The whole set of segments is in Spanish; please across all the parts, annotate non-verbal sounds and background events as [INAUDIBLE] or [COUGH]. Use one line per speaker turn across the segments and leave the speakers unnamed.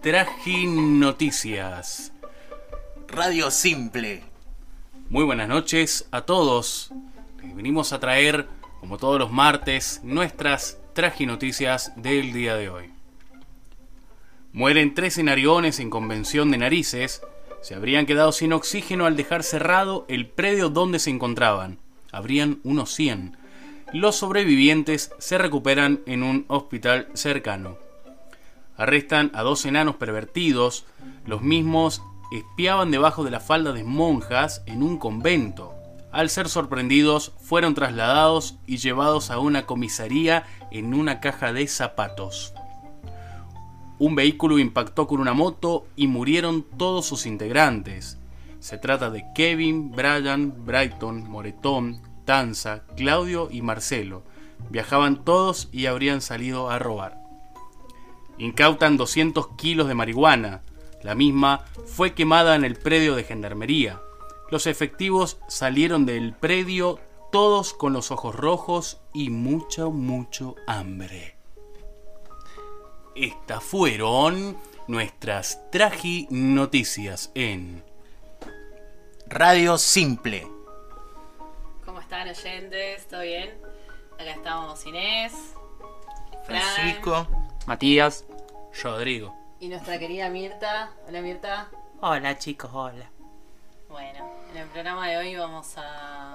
Traje Noticias.
Radio Simple.
Muy buenas noches a todos. Les venimos a traer, como todos los martes, nuestras traginoticias del día de hoy. Mueren tres enariones en convención de narices. Se habrían quedado sin oxígeno al dejar cerrado el predio donde se encontraban. Habrían unos 100. Los sobrevivientes se recuperan en un hospital cercano. Arrestan a dos enanos pervertidos. Los mismos espiaban debajo de la falda de monjas en un convento. Al ser sorprendidos, fueron trasladados y llevados a una comisaría en una caja de zapatos. Un vehículo impactó con una moto y murieron todos sus integrantes. Se trata de Kevin, Brian, Brighton, Moretón, Tanza, Claudio y Marcelo. Viajaban todos y habrían salido a robar. Incautan 200 kilos de marihuana, la misma fue quemada en el predio de gendarmería. Los efectivos salieron del predio todos con los ojos rojos y mucho, mucho hambre. Estas fueron nuestras traginoticias en...
Radio Simple.
¿Cómo están oyentes? ¿Todo bien? Acá estamos Inés, Fran
Francisco.
Matías.
Rodrigo.
y nuestra querida Mirta. Hola Mirta.
Hola chicos, hola.
Bueno, en el programa de hoy vamos a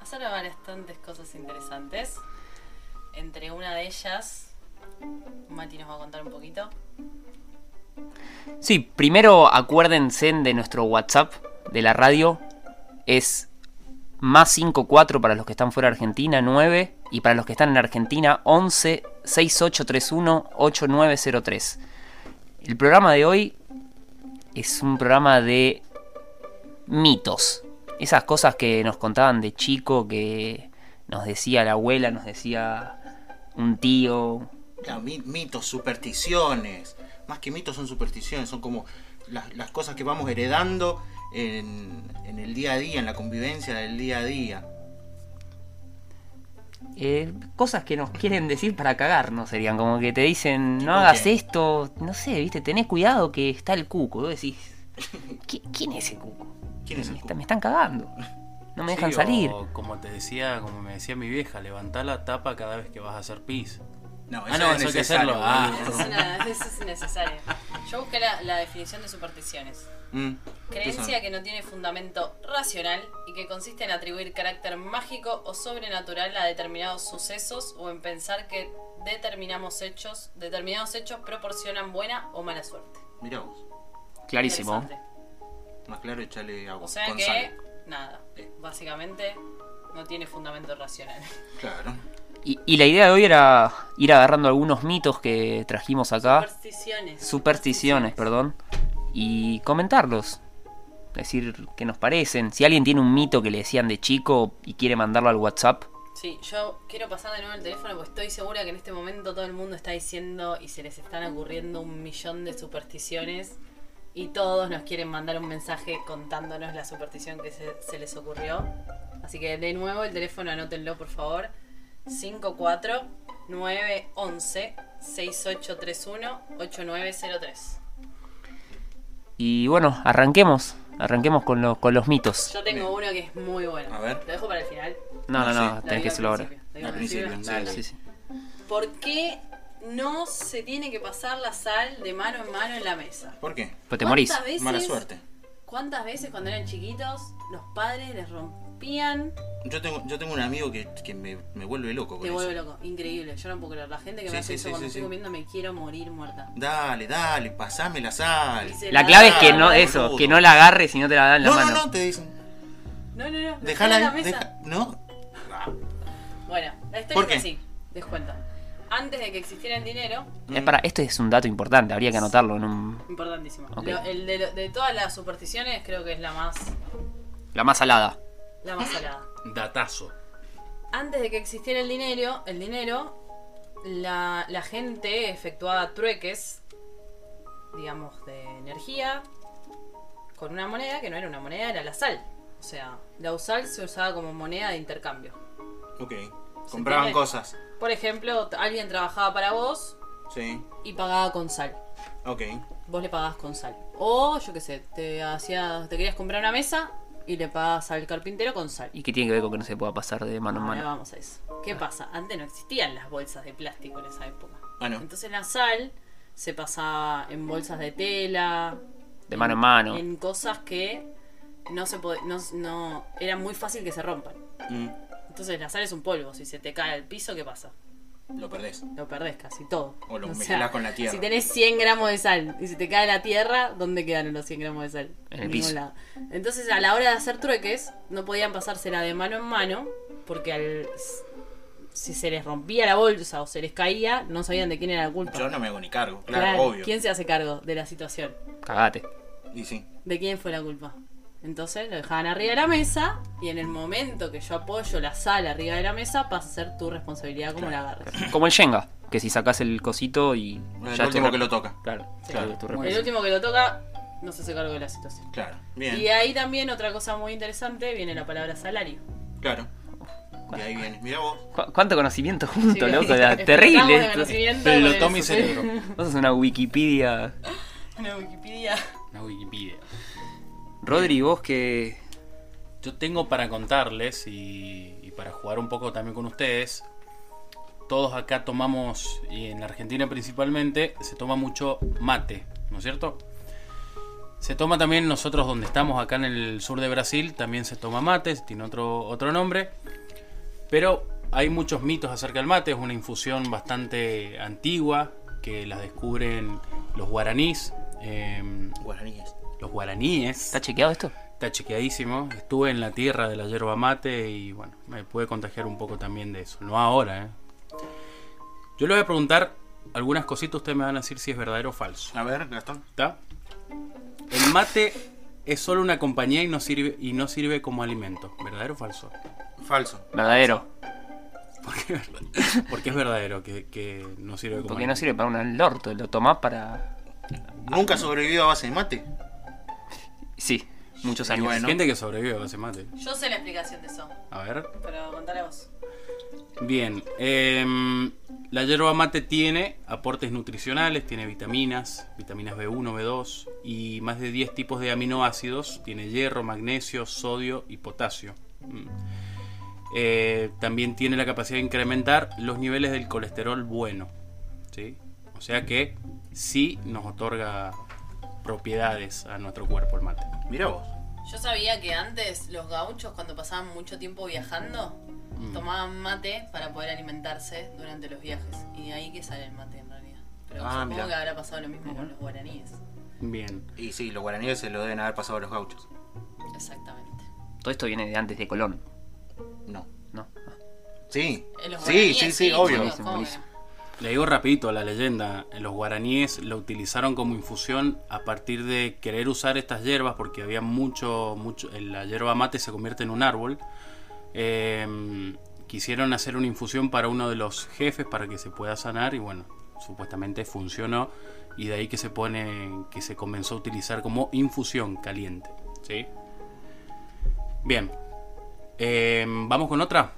hacer bastantes cosas interesantes. Entre una de ellas, Mati nos va a contar un poquito.
Sí, primero acuérdense de nuestro WhatsApp de la radio. Es más 54 para los que están fuera de Argentina, 9. Y para los que están en Argentina, 11 6831 8903. El programa de hoy es un programa de mitos. Esas cosas que nos contaban de chico, que nos decía la abuela, nos decía un tío,
Claro, mi- mitos, supersticiones. Más que mitos son supersticiones, son como las, las cosas que vamos heredando en, en el día a día, en la convivencia del día a día.
Eh, cosas que nos quieren decir para cagarnos serían como que te dicen
Tipo
no hagas
que-
esto, no sé, viste, tenés cuidado que está el cuco. Vos decís, "¿Qui- ¿quién es el cuco?
¿Quién es
Me,
el
está-
cuco?
me están cagando, no me dejan
Sí, o
salir.
como te decía, como me decía mi vieja, levantá la tapa cada vez que vas a hacer pis.
No,
Ah, no, eso hay que hacerlo. Ah.
Eso es, una- eso es innecesario. Yo busqué la, la definición de supersticiones.
Mm,
Creencia
¿qué
que no tiene fundamento racional y que consiste en atribuir carácter mágico o sobrenatural a determinados sucesos o en pensar que determinados hechos, determinados hechos proporcionan buena o mala suerte.
son? Mirá vos.
Clarísimo.
Interesante.
Más claro, échale agua.
O sea
con
que,
sal.
nada,
Eh.
básicamente no tiene fundamento racional.
Claro.
Y, y la idea de hoy era ir agarrando algunos mitos que trajimos acá,
Supersticiones.
Ah. supersticiones, perdón, y comentarlos. Decir qué nos parecen. Si alguien tiene un mito que le decían de chico y quiere mandarlo al WhatsApp,
Sí, yo quiero pasar de nuevo el teléfono porque estoy segura que en este momento todo el mundo está diciendo y se les están ocurriendo un millón de supersticiones y todos nos quieren mandar un mensaje contándonos la superstición que se, se les ocurrió. Así que de nuevo el teléfono anótenlo por favor. 54911 6831 8903.
Y bueno, arranquemos. Arranquemos con, lo- con los mitos.
Yo tengo uno que es muy bueno.
A ver.
Lo dejo para el final.
No, no,
Sí.
no,
Lo
tenés
digo
que
al
hacerlo ahora.
principio, lo digo
Al principio, dale.
Sí, sí.
¿Por qué no se tiene que pasar la sal de mano en mano en la mesa?
¿Por qué?
Pues te morís.
¿Cuántas veces-
Mala suerte.
¿Cuántas veces cuando eran chiquitos los padres les rompían?
Yo tengo, yo tengo un amigo que, que me, me vuelve loco con
Te
eso.
vuelvo loco, increíble. Yo no puedo creer. La gente que
Sí,
me hace
sí,
eso
sí,
cuando
sí,
estoy
sí.
comiendo me quiero morir muerta.
Dale, dale, pasame la sal.
Y se
La clave es
dan.
que no, eso, que no la agarres y no te la dan en la
No, no,
mano.
no, te dicen.
No, no, no.
Dejala
en la
ahí.
mesa.
Deja, no,
Bueno, la historia
¿Por
es
qué?
así. Les cuento. Antes de que existiera el dinero,
Es para, esto es un dato importante, habría que anotarlo en un,
importantísimo.
Ok.
Lo- el de, lo- de todas las supersticiones creo que es la más,
la más salada.
la más salada.
Datazo.
antes de que existiera el dinero, el dinero, la, la gente efectuaba trueques, digamos, de energía, con una moneda que no era una moneda, era la sal. O sea, la usal se usaba como moneda de intercambio.
Ok. Compraban
entiende?
cosas.
Por ejemplo, t- alguien trabajaba para vos
Sí.
y pagaba con sal.
Ok.
Vos le pagabas con sal. O, yo qué sé, te hacía, te querías comprar una mesa y le pagabas al carpintero con sal.
¿Y qué tiene que ver con que no se pueda pasar de mano en
Ahora
mano?
vamos a eso. ¿Qué pasa? Antes no existían las bolsas de plástico en esa época.
Ah, no.
Entonces la sal se pasaba en bolsas de tela,
De mano en
Ah,
mano.
en cosas que no se pod- no, no era muy fácil que se rompan.
Mm,
Entonces la sal es un polvo, si se te cae al piso, ¿qué pasa?
lo perdés.
Lo perdés casi todo.
O lo mezclás con la tierra.
Si tenés 100 gramos de sal y se te cae la tierra, ¿dónde quedaron los 100 gramos de sal?
En el
ningún
piso.
lado. Entonces a la hora de hacer trueques, no podían pasársela de mano en mano, porque al, si se les rompía la bolsa o se les caía, no sabían de quién era la culpa.
Yo no me hago ni cargo, claro,
Claro,
obvio.
¿Quién se hace cargo de la situación?
Cagate.
Y sí.
¿De quién fue la culpa? Entonces lo dejaban arriba de la mesa y en el momento que yo apoyo la sal arriba de la mesa pasa a ser tu responsabilidad como la agarres.
Como el Shenga, que si sacas el cosito y.
El
es tu
último
re-
que lo toca.
Claro,
Sí.
claro, es tu
El
responsabilidad.
último que lo toca no se hace cargo de la situación.
Claro.
Y
Bien.
ahí también otra cosa muy interesante viene la palabra salario.
Claro. Y ahí viene. Mira vos.
¿Cu- ¿Cuánto conocimiento junto,
Sí,
loco? Era
explotamos
terrible
de
esto.
conocimiento con
Explotó
el-
mi cerebro.
Vos sos una Wikipedia.
Una Wikipedia.
Una Wikipedia.
Rodri, vos que.
Yo tengo para contarles y, y para jugar un poco también con ustedes. Todos acá tomamos, y en Argentina principalmente, se toma mucho mate, ¿no es cierto? Se toma también nosotros donde estamos, acá en el sur de Brasil, también se toma mate, tiene otro, otro nombre. Pero hay muchos mitos acerca del mate, es una infusión bastante antigua que las descubren los guaraníes. em,
Guaraníes.
los guaraníes.
¿Está chequeado esto?
Está chequeadísimo. Estuve en la tierra de la yerba mate y bueno, me pude contagiar un poco también de eso. No ahora, ¿eh? Yo le voy a preguntar algunas cositas, ustedes me van a decir si es verdadero o falso.
A ver, Gastón.
¿Está? El mate es solo una compañía y no sirve, y no sirve como alimento. ¿Verdadero o falso?
Falso.
Verdadero.
Porque es verdadero que, que no sirve como
Porque no
alimento.
sirve para un orto, lo tomás para.
¿Nunca sobrevivido a base de mate?
Sí, muchos
Y
años.
bueno.
Gente que sobrevive a ese mate.
Yo sé la explicación de eso,
A ver.
pero contale vos.
Bien, em, la yerba mate tiene aportes nutricionales, tiene vitaminas, vitaminas B1, B2 y más de 10 tipos de aminoácidos, tiene hierro, magnesio, sodio y potasio. Mm. Eh, también tiene la capacidad de incrementar los niveles del colesterol bueno, ¿sí? O sea que sí nos otorga propiedades a nuestro cuerpo el mate.
Mira vos.
Yo sabía que antes los gauchos cuando pasaban mucho tiempo viajando
Mm.
tomaban mate para poder alimentarse durante los viajes y de ahí que sale el mate en realidad. Pero
Ah,
supongo
mirá.
que habrá pasado lo mismo con los guaraníes.
Bien,
Y sí, los guaraníes se lo deben haber pasado a los gauchos.
Exactamente.
Todo esto viene de antes de Colón,
No.
¿no? Ah,
Sí.
Eh, los
Sí,
guaraníes,
sí, sí, obvio.
chicos, ¿cómo que
buenísimo.
no?
Le digo rapidito a la leyenda, los guaraníes lo utilizaron como infusión a partir de querer usar estas hierbas porque había mucho, mucho, la hierba mate se convierte en un árbol. Eh, quisieron hacer una infusión para uno de los jefes para que se pueda sanar y bueno, supuestamente funcionó y de ahí que se pone, que se comenzó a utilizar como infusión caliente, ¿sí? Bien, Eh, vamos con otra.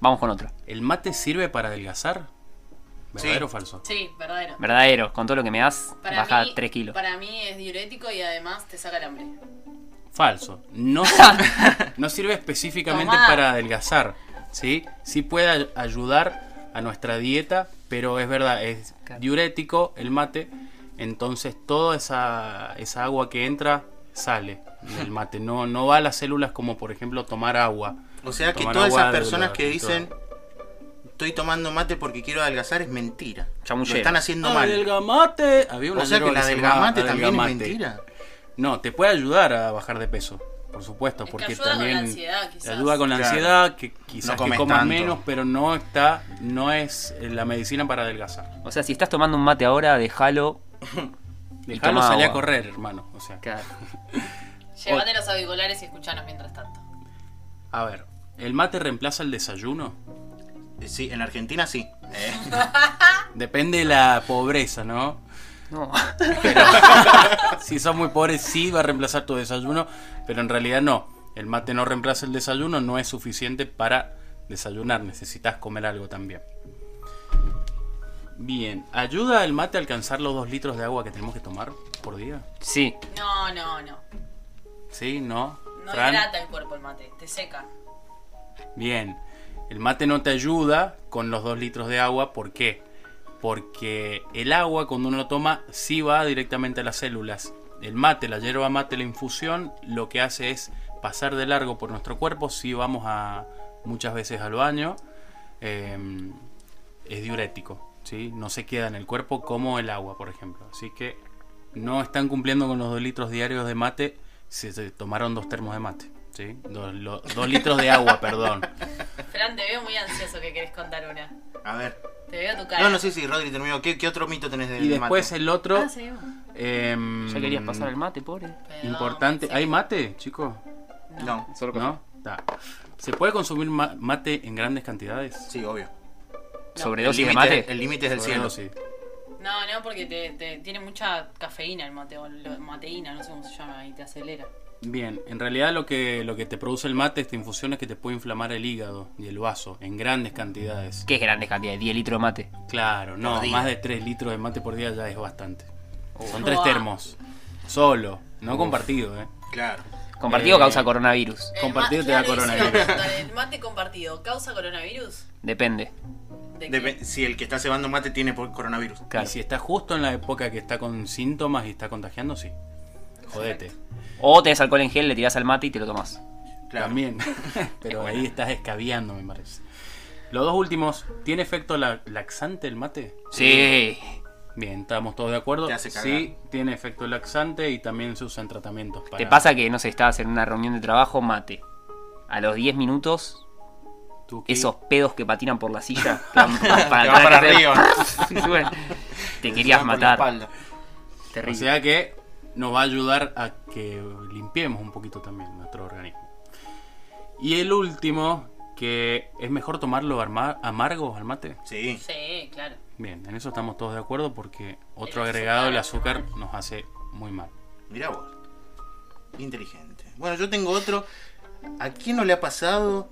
Vamos con otra.
¿El mate sirve para adelgazar? ¿Verdadero
Sí.
o falso?
Sí, verdadero.
Verdadero, con todo lo que me das,
Para
baja
mí-
3 kilos.
Para mí es diurético y además te saca el hambre.
Falso. No, sir- no sirve específicamente
Tomá.
para adelgazar. ¿sí? sí puede ay- ayudar a nuestra dieta, pero es verdad, es
Claro.
diurético el mate. Entonces toda esa, esa agua que entra sale del mate. No, no va a las células como por ejemplo tomar agua.
O sea que
Tomar
todas
agua
esas
de
personas
la
que
fritura.
dicen estoy tomando mate porque quiero adelgazar es mentira. Lo
Chamullero.
están haciendo mal.
Adelgamate. Había una
O sea
droga
que la
se
del
llamaba
gamate también es
adelgamate.
mentira.
No, te puede ayudar a bajar de peso, por supuesto,
que
porque
ayuda con la
también
ansiedad, quizás.
te ayuda con la
Claro.
ansiedad, que
No
quizás que
comes
comas
tanto.
menos, pero no está, no es eh, la medicina para adelgazar.
O sea, si estás tomando un mate ahora, déjalo.
Dejalo
toma
salir a
agua.
correr, hermano. O sea,
Oh.
Llévate los auriculares y escuchanos mientras tanto.
a ver, ¿el mate reemplaza el desayuno?
Eh, Sí, en Argentina sí. Eh,
Depende de la pobreza, ¿no?
No. [LAUGHS]
Si sos muy pobre, sí va a reemplazar tu desayuno, pero en realidad no. El mate no reemplaza el desayuno, no es suficiente para desayunar. Necesitas comer algo también. Bien, ¿ayuda el mate a alcanzar los dos litros de agua que tenemos que tomar por día?
Sí,
No, no, no.
¿Sí? ¿No?
No
Fran.
hidrata el cuerpo el mate, te seca.
Bien, el mate no te ayuda con los dos litros de agua, ¿por qué? Porque el agua cuando uno lo toma sí va directamente a las células. El mate, la hierba mate, la infusión, lo que hace es pasar de largo por nuestro cuerpo, si vamos a muchas veces al baño, eh, es diurético, ¿sí? no se queda en el cuerpo como el agua, por ejemplo. Así que no están cumpliendo con los dos litros diarios de mate si se tomaron dos termos de mate. ¿sí? Dos, lo- dos litros de agua, [LAUGHS] perdón.
Fran, te veo muy ansioso que querés contar una.
A ver.
Te veo tu cara.
No, no, sí, sí, Rodri, terminó. ¿Qué, qué otro mito tenés del
Y después
mate?
el otro...
Ah, seguimos.
em,
ya querías pasar el mate, pobre.
Perdón,
Importante.
pensé
¿Hay
que-
mate, chicos?
No,
Solo café.
¿No? Ta. ¿Se puede consumir ma- mate en grandes cantidades?
sí, obvio.
Sobredosis
El
de
límite-
mate.
El límite es del cielo.
Sobredosis.
No, no, porque te, te- tiene mucha cafeína el mate, o lo- mateína, no sé cómo se llama, y te acelera.
Bien, en realidad lo que, lo que te produce el mate, esta infusión, es que te puede inflamar el hígado y el vaso en grandes cantidades.
¿Qué es grande cantidad? 10 litros de mate.
Claro, no,
Mm. Por día. Oh.
más de 3 litros de mate por día ya es bastante. Son tres
Buah.
termos. Solo, no compartido, ¿eh?
Claro.
Compartido
Eh,
causa coronavirus.
El
Compartido
ma-
te da
claro, eso iba a
coronavirus. [LAUGHS]
preguntar, ¿El mate compartido causa coronavirus?
Depende.
¿De qué?
Depe- si el que está cebando mate tiene por- coronavirus.
Y si está justo en la época que está con síntomas y está contagiando, sí. Jodete.
O tenés alcohol en gel, le tirás al mate y te lo tomás.
Claro. [LAUGHS]
También. Pero ahí estás escabeando, me parece. Los dos últimos, ¿tiene efecto la- laxante el mate?
Sí.
Bien, estamos todos de acuerdo.
Te hace cagar.
sí, tiene efecto laxante y también se usa en tratamientos para...
Te pasa que, no sé, estabas en una reunión de trabajo, mate. A los 10 minutos,
¿Tú qué?
esos pedos que patinan por
[LAUGHS]
la silla, plan, para,
Te va
[LAUGHS]
para
atrás, que
arriba.
te- Bueno, te querías
van por la
matar.
espalda.
O
Terrible.
sea que nos va a ayudar a que limpiemos un poquito también nuestro organismo. Y el último, que es mejor tomarlo arma- amargo al mate.
Sí.
Sí, claro.
Bien, en eso estamos todos de acuerdo porque otro
El
agregado, el
azúcar.
azúcar, nos hace muy mal.
Mirá vos. Inteligente. Bueno, yo tengo otro. ¿A quién no le ha pasado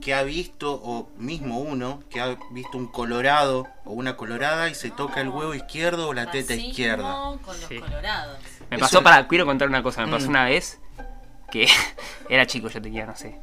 que ha visto, o mismo uno, que ha visto un colorado o una colorada y se toca el huevo izquierdo o la teta
Racismo
izquierda?
Con los
Sí.
colorados.
Me
es
pasó
una-
para. Quiero contar una cosa. Me pasó
Mm.
una vez que [LAUGHS] era chico, yo tenía, no sé,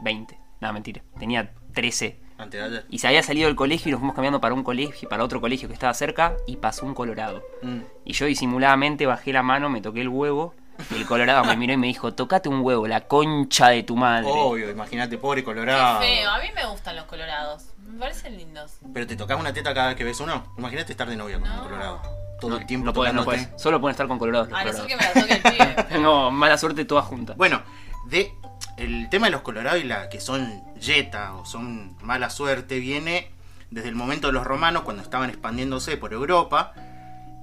20. No, mentira. Tenía 13.
Ante la-
Y se había salido del colegio y nos fuimos cambiando para un colegio, para otro colegio que estaba cerca y pasó un colorado.
Mm.
Y yo disimuladamente bajé la mano, me toqué el huevo y el colorado me miró y me dijo, tocate un huevo, la concha de tu madre.
Obvio, imagínate, pobre
Qué
Ah.
colorado.
feo, a mí me gustan los colorados. Me parecen lindos.
Pero te tocas una teta cada vez que ves uno. Imagínate estar de novia con
No.
un colorado. Todo el tiempo
no puedes, no
tocándote.
puedes. Solo pueden estar con colorados. los
A Ah, no ser que
colorados. [LAUGHS]
me la toque el pibe. pero-
No, mala suerte todas juntas.
Bueno, de el tema de los colorados y la que son yeta o son mala suerte viene desde el momento de los romanos cuando estaban expandiéndose por Europa.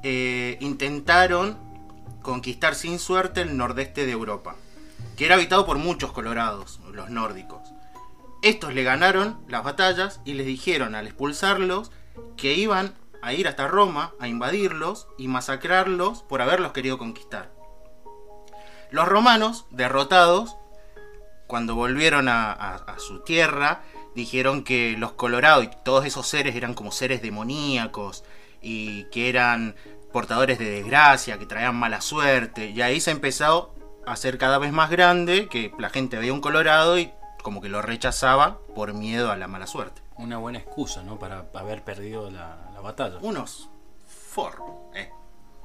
eh, intentaron conquistar sin suerte el nordeste de Europa, que era habitado por muchos colorados, los nórdicos. Estos le ganaron las batallas y les dijeron al expulsarlos que iban a ir hasta Roma a invadirlos y masacrarlos por haberlos querido conquistar. Los romanos, derrotados, cuando volvieron a, a- a su tierra, dijeron que los colorados y todos esos seres eran como seres demoníacos y que eran portadores de desgracia, que traían mala suerte. Y ahí se empezó a hacer cada vez más grande, que la gente veía un colorado y como que lo rechazaba por miedo a la mala suerte.
Una buena excusa, ¿no? Para haber perdido la, la batalla.
Unos forros. eh.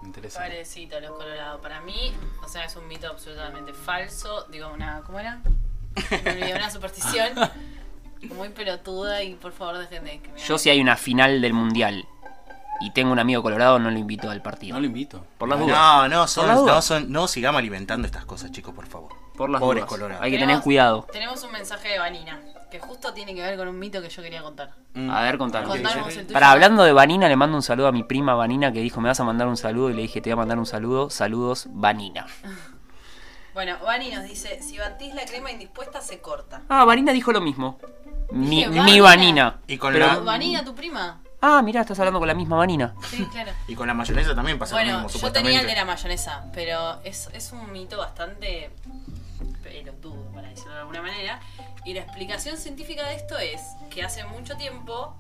Interesante.
Pobrecito los colorados. Para mí, o sea, es un mito absolutamente falso. Digo, una. ¿Cómo era? Me olvidé, una
[LAUGHS]
superstición. Muy pelotuda y por favor dejen de que me
Yo si hay una final del mundial y tengo un amigo colorado, no lo invito al partido.
No lo invito.
Por las dudas.
No, no,
Por las
son,
dudas.
no, son, no sigamos alimentando estas cosas, chicos, por favor.
Por las
Pobres
dudas.
colorados.
Hay que tener
Tenemos-
cuidado.
Tenemos un mensaje de Vanina, que justo tiene que ver con un mito que yo quería contar.
Mm.
A ver, contanos.
Contanos el tuyo.
Para hablando de Vanina, le mando un saludo a mi prima Vanina que dijo, me vas a mandar un saludo y le dije, te voy a mandar un saludo. Saludos, Vanina.
Bueno, Vani nos dice, si batís la crema indispuesta se corta.
Ah, Vanina dijo lo mismo. Mi,
Dije,
mi
Vanina.
Vanina.
Y con
Pero-
la-
Ah, Vanina, tu prima.
Ah, mirá, estás hablando con la misma Vanina.
Sí, claro.
Y con la mayonesa también pasa lo
Bueno,
mismo,
yo tenía el
supuestamente.
de la mayonesa, pero es, es un mito bastante pelotudo, para decirlo de alguna manera. Y la explicación científica de esto es que hace mucho tiempo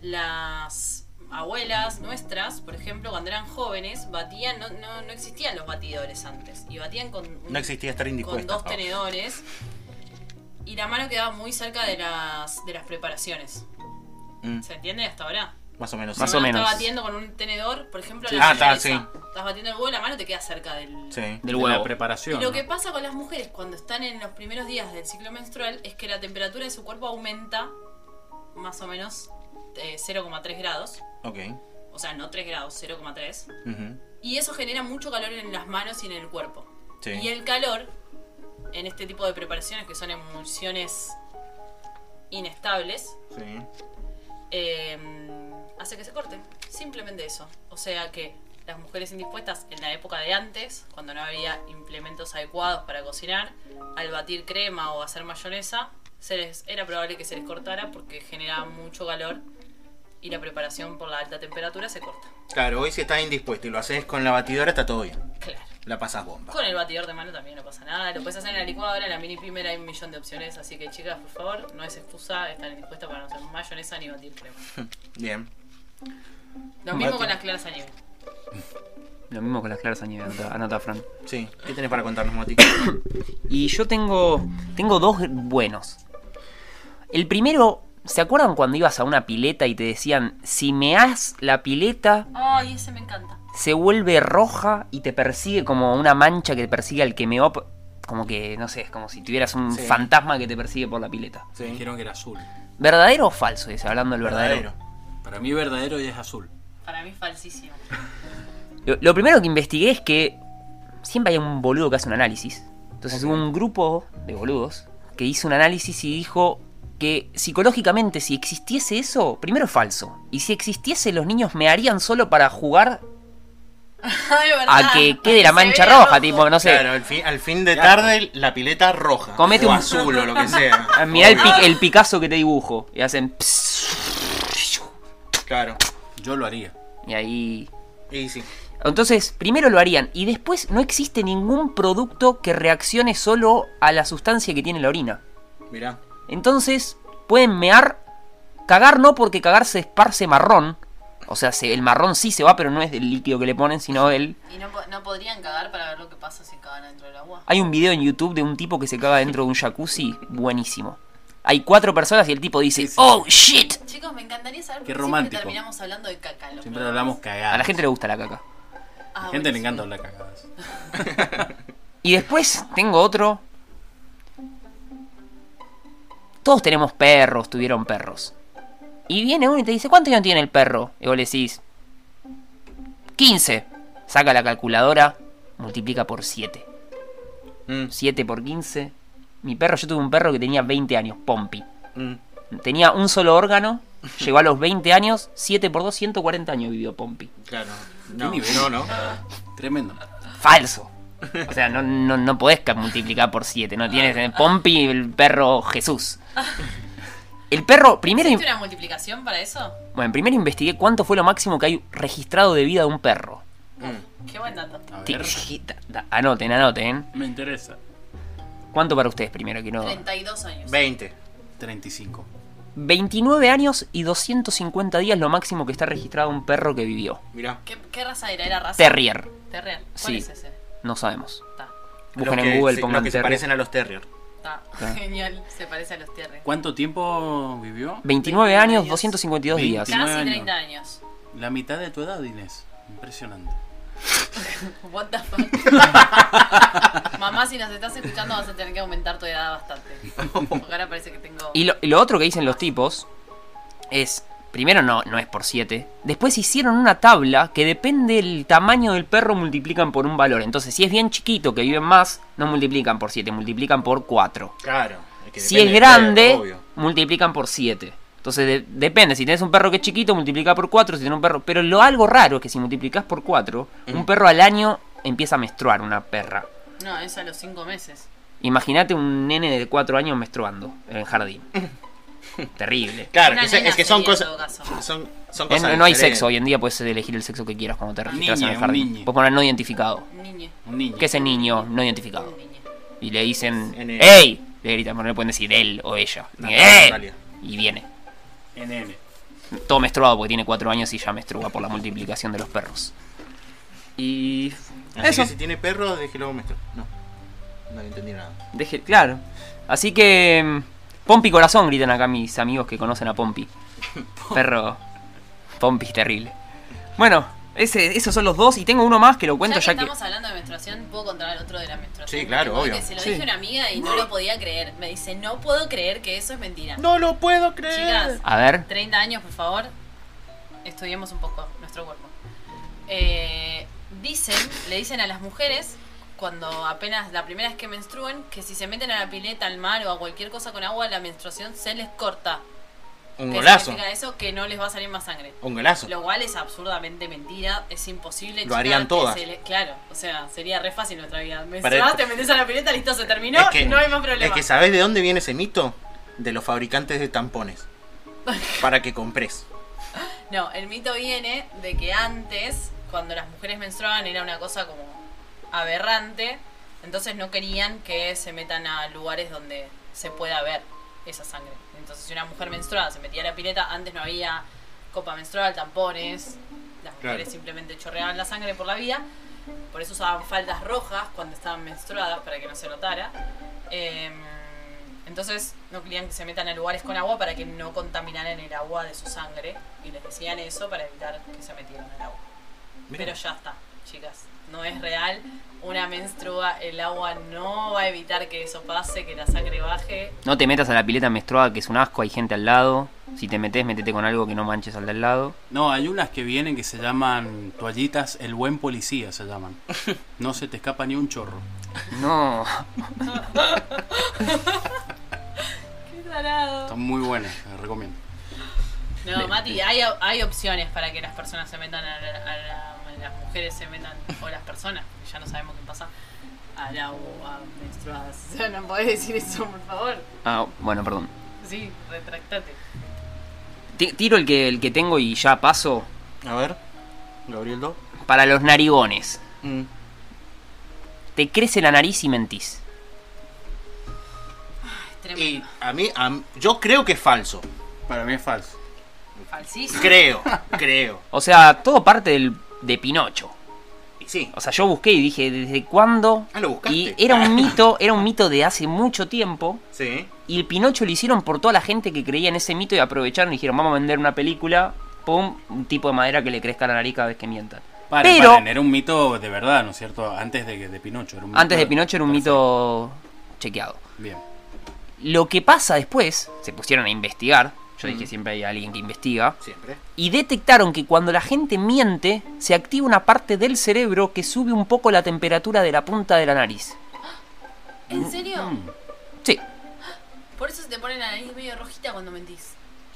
las abuelas nuestras, por ejemplo, cuando eran jóvenes, batían, no, no, no existían los batidores antes. Y batían con, un-
No existía oh. estar
con
indispuesta.
dos tenedores. Y la mano quedaba muy cerca de las, de las preparaciones.
Mm,
¿Se entiende hasta ahora?
más o menos.
Si
Más
sí.
o
uno
menos.
Está batiendo con un tenedor, por ejemplo,
Sí.
la
Ah, está,
milanesa.
sí.
Estás batiendo el huevo, la mano te queda cerca del,
Sí.
Del
de
huevo.
la
y
preparación.
lo
¿no?
que pasa con las mujeres cuando están en los primeros días del ciclo menstrual es que la temperatura de su cuerpo aumenta más o menos eh, 0,3 grados.
Ok.
O sea, no 3 grados, 0,3.
Ujú.
Y eso genera mucho calor en las manos y en el cuerpo.
Sí.
Y el calor, en este tipo de preparaciones que son emulsiones inestables,
Sí.
eh, hace que se corten. Simplemente eso. O sea que las mujeres indispuestas en la época de antes, cuando no había implementos adecuados para cocinar, al batir crema o hacer mayonesa, se les, era probable que se les cortara porque generaba mucho calor y la preparación por la alta temperatura se corta.
Claro, hoy si estás indispuesto y lo haces con la batidora está todo bien.
Claro.
La pasas bomba.
Con el batidor de mano también no pasa nada. Lo puedes hacer en la licuadora, en la mini primer hay un millón de opciones. Así que chicas, por favor, no es excusa estar indispuestas para no hacer mayonesa ni batir crema.
Bien.
Lo mismo
Mati.
con las claras a nieve.
Lo mismo con las claras añadidas, anota, anota, Fran.
Sí. ¿Qué tenés para contarnos, Mati?
Y yo tengo, tengo dos buenos. El primero, ¿se acuerdan cuando ibas a una pileta y te decían, si meás la pileta,
Ay, ese me encanta.
se vuelve roja y te persigue como una mancha que te persigue al que meó? p- Como que, no sé, es como si tuvieras un
Sí.
fantasma que te persigue por la pileta.
Sí.
Dijeron que era azul.
¿Verdadero o falso ese? Hablando del verdadero.
Verdadero.
Para mí verdadero y es azul.
Para mí es falsísimo.
Lo, lo primero que investigué es que siempre hay un boludo que hace un análisis. Entonces hubo un grupo de boludos que hizo un análisis y dijo que psicológicamente si existiese eso, primero es falso. Y si existiese los niños me harían solo para jugar
[LAUGHS] Ay, ¿verdad?
a que quede la
Ah, se
mancha
vea
roja,
rojo.
tipo, no sé.
Claro, al fin, al fin de tarde la pileta roja.
Comete
o
un-
azul o lo que [LAUGHS] sea.
Ah, Mirá el,
Obvio.
pi- el Picasso que te dibujo. Y hacen...
Claro.
Yo lo haría.
Y ahí...
Y sí.
Entonces, primero lo harían y después no existe ningún producto que reaccione solo a la sustancia que tiene la orina.
Mirá.
Entonces, pueden mear. Cagar no, porque cagar se esparce marrón. O sea, se- el marrón sí se va, pero no es del líquido que le ponen, sino el.
Y no, po- no podrían cagar para ver lo que pasa si cagan dentro del agua.
Hay un video en YouTube de un tipo que se caga dentro de un jacuzzi. Buenísimo. Hay cuatro personas y el tipo dice, ¡Oh shit!
Chicos, me encantaría saber por
Qué
qué
romántico.
siempre terminamos hablando de caca. en los
Siempre
programas.
hablamos cagadas.
A la gente le gusta la caca.
Ah,
A la gente le
buenísimo.
encanta hablar cagadas.
Y después tengo otro. Todos tenemos perros, tuvieron perros. Y viene uno y te dice, ¿cuántos años tiene el perro? Y vos le decís, 15. Saca la calculadora, multiplica por 7.
Mm,
7 por 15. Mi perro, yo tuve un perro que tenía 20 años, Pompi.
mm.
Tenía un solo órgano, llegó a los 20 años, 7 por 2, 140 años vivió Pompi.
Claro. No,
nivel?
no, no.
Tremendo.
Falso. O sea, no, no, no podés ca- multiplicar por 7. No tienes eh, Pompi, el perro Jesús. El perro, primero, in-
¿Existe una multiplicación para eso?
bueno, primero investigué cuánto fue lo máximo que hay registrado de vida de un perro.
Mm.
Qué buen dato.
A
Ti-
ver,
da- da- Anoten, anoten.
me interesa.
¿Cuánto para ustedes primero? Que no...
32 años.
20.
35.
29 años y 250 días lo máximo que está registrado un perro que vivió.
Mirá.
¿Qué, qué raza era? ¿Era raza?
Terrier.
Terrier. ¿Cuál
Sí.
es ese?
No sabemos.
Está.
Busquen
Los
en
que
Google,
se-
pongan
los que se
Terrier.
parecen a los Terrier.
Está.
Claro.
[LAUGHS] Genial. Se parece a los Terrier.
¿Cuánto tiempo vivió?
29 años,
años.
252 días.
Veinti-
Casi
19 [LAUGHS]
30 años.
La mitad de tu edad, Inés. Impresionante.
What
[LAUGHS]
the fuck. Mamá, si nos estás escuchando vas a tener que aumentar tu edad bastante. Porque ahora parece que tengo...
Y lo, y lo otro que dicen los tipos es, primero no, no es por 7, después hicieron una tabla que depende del tamaño del perro multiplican por un valor. Entonces si es bien chiquito, que viven más, no multiplican por 7, multiplican por 4.
Claro. que
Si es
depende del
grande,
perro, obvio.
multiplican por 7. Entonces de- depende, si tenés un perro que es chiquito, multiplica por 4, si tenés un perro... Pero lo algo raro es que si multiplicas por 4, un perro al año empieza a menstruar una perra.
No, es a los 5 meses.
Imagínate un nene de 4 años menstruando en el
[LAUGHS]
jardín. Terrible.
Claro,
Una
que se-
nena
es que son
sería en
cosas.
todo caso.
Son, son cosas
Eh, no, no hay
diferentes.
sexo hoy en día, puedes elegir el sexo que quieras cuando te registras en
niño,
el
un
jardín.
niño.
Puedes poner no identificado,
Un niño.
Un niño.
que es el niño no identificado.
Un niño.
Y le dicen,
En el-
¡Ey! Le gritan, pero no le pueden decir él o ella.
No,
¡Eh!
Natalia.
Y viene.
NN.
Todo menstruado porque tiene cuatro años y ya menstrua por la multiplicación de los perros. Y.
Así
eso.
que si tiene perros, déjelo mezclar. No, no entendí nada.
Deje, claro. Así que. mm, Pompi corazón, gritan acá mis amigos que conocen
[LAUGHS]
a Pompi. Perro. Pompi es terrible. Bueno, ese, esos son los dos. Y tengo uno más que lo
ya
cuento
que
ya que.
estamos hablando de menstruación, puedo contar al otro de la menstruación.
Sí, claro,
Porque
obvio.
Se lo
Sí.
dije a una amiga y no lo podía creer. Me dice, no puedo creer que eso es mentira.
No lo puedo creer.
Chicas,
A ver.
30 años, por favor, estudiemos un poco nuestro cuerpo. Eh, dicen, le dicen a las mujeres, cuando apenas la primera vez que menstruen, que si se meten a la pileta, al mar o a cualquier cosa con agua, la menstruación se les corta.
Un
¿Qué
golazo.
significa eso? Que no les va a salir más sangre.
Un golazo.
Lo cual es absurdamente mentira, es imposible.
Lo
chicas,
harían
que
todas.
se le- claro, o sea, sería re fácil nuestra vida.
Para-
Menstruás, te metes a la pileta, listo, se terminó, no hay más problema.
es que ¿sabés de dónde viene ese mito? De los fabricantes de
[LAUGHS]
tampones. Para que compres.
No, el mito viene de que antes, cuando las mujeres menstruaban, era una cosa como aberrante, entonces no querían que se metan a lugares donde se pueda ver esa sangre. Entonces, si una mujer menstruada se metía a la pileta, antes no había copa menstrual, tampones, las
Claro.
mujeres simplemente chorreaban la sangre por la vía, por eso usaban faldas rojas cuando estaban menstruadas para que no se notara. Eh, entonces no querían que se metan a lugares con agua para que no contaminaran el agua de su sangre. Y les decían eso para evitar que se metieran al agua.
Mirá.
Pero ya está, chicas. No es real. Una menstrua, el agua no va a evitar que eso pase, que la sangre baje.
No te metas a la pileta menstruada, que es un asco, hay gente al lado. Si te metes, métete con algo que no manches al de al lado.
No, hay unas que vienen que se llaman toallitas El Buen Policía, se llaman.
[LAUGHS]
No se te escapa ni un chorro.
No.
¡Qué tarado!
Están muy buenas, las recomiendo.
No, Mati, hay, hay opciones para que las personas se metan a, la- a la- las mujeres se metan, o las personas, porque ya no sabemos qué pasa, al agua menstruadas. O sea, [LAUGHS] no podés decir eso, por favor.
Ah, bueno, perdón.
Sí, retractate.
Ti- Tiro el que, el que tengo y ya paso.
A ver, Gabriel Do.
Para los narigones.
Mm.
Te crece la nariz y mentís.
Es tremendo.
Y a mí, a m- yo creo que es falso.
Para mí es falso.
Falsísimo.
Creo, creo.
O sea, todo parte del, de Pinocho.
Y sí.
O sea, yo busqué y dije, ¿desde cuándo?
Ah, lo buscaste.
Y era un mito, era un mito de hace mucho tiempo.
Sí.
Y el Pinocho lo hicieron por toda la gente que creía en ese mito y aprovecharon y dijeron, vamos a vender una película. Pum, un tipo de madera que le crezca la nariz cada vez que mientan.
Paren,
Pero-
paren, era un mito de verdad, ¿no es cierto? Antes de, de Pinocho. Era un mito
Antes de Pinocho era un
Perfecto.
mito chequeado.
Bien.
Lo que pasa después, se pusieron a investigar. Yo dije
Mm.
siempre hay alguien que investiga.
Siempre.
Y detectaron que cuando la gente miente, se activa una parte del cerebro que sube un poco la temperatura de la punta de la nariz.
¿En serio?
Mm.
Sí,
Por eso se te pone la nariz medio rojita cuando mentís.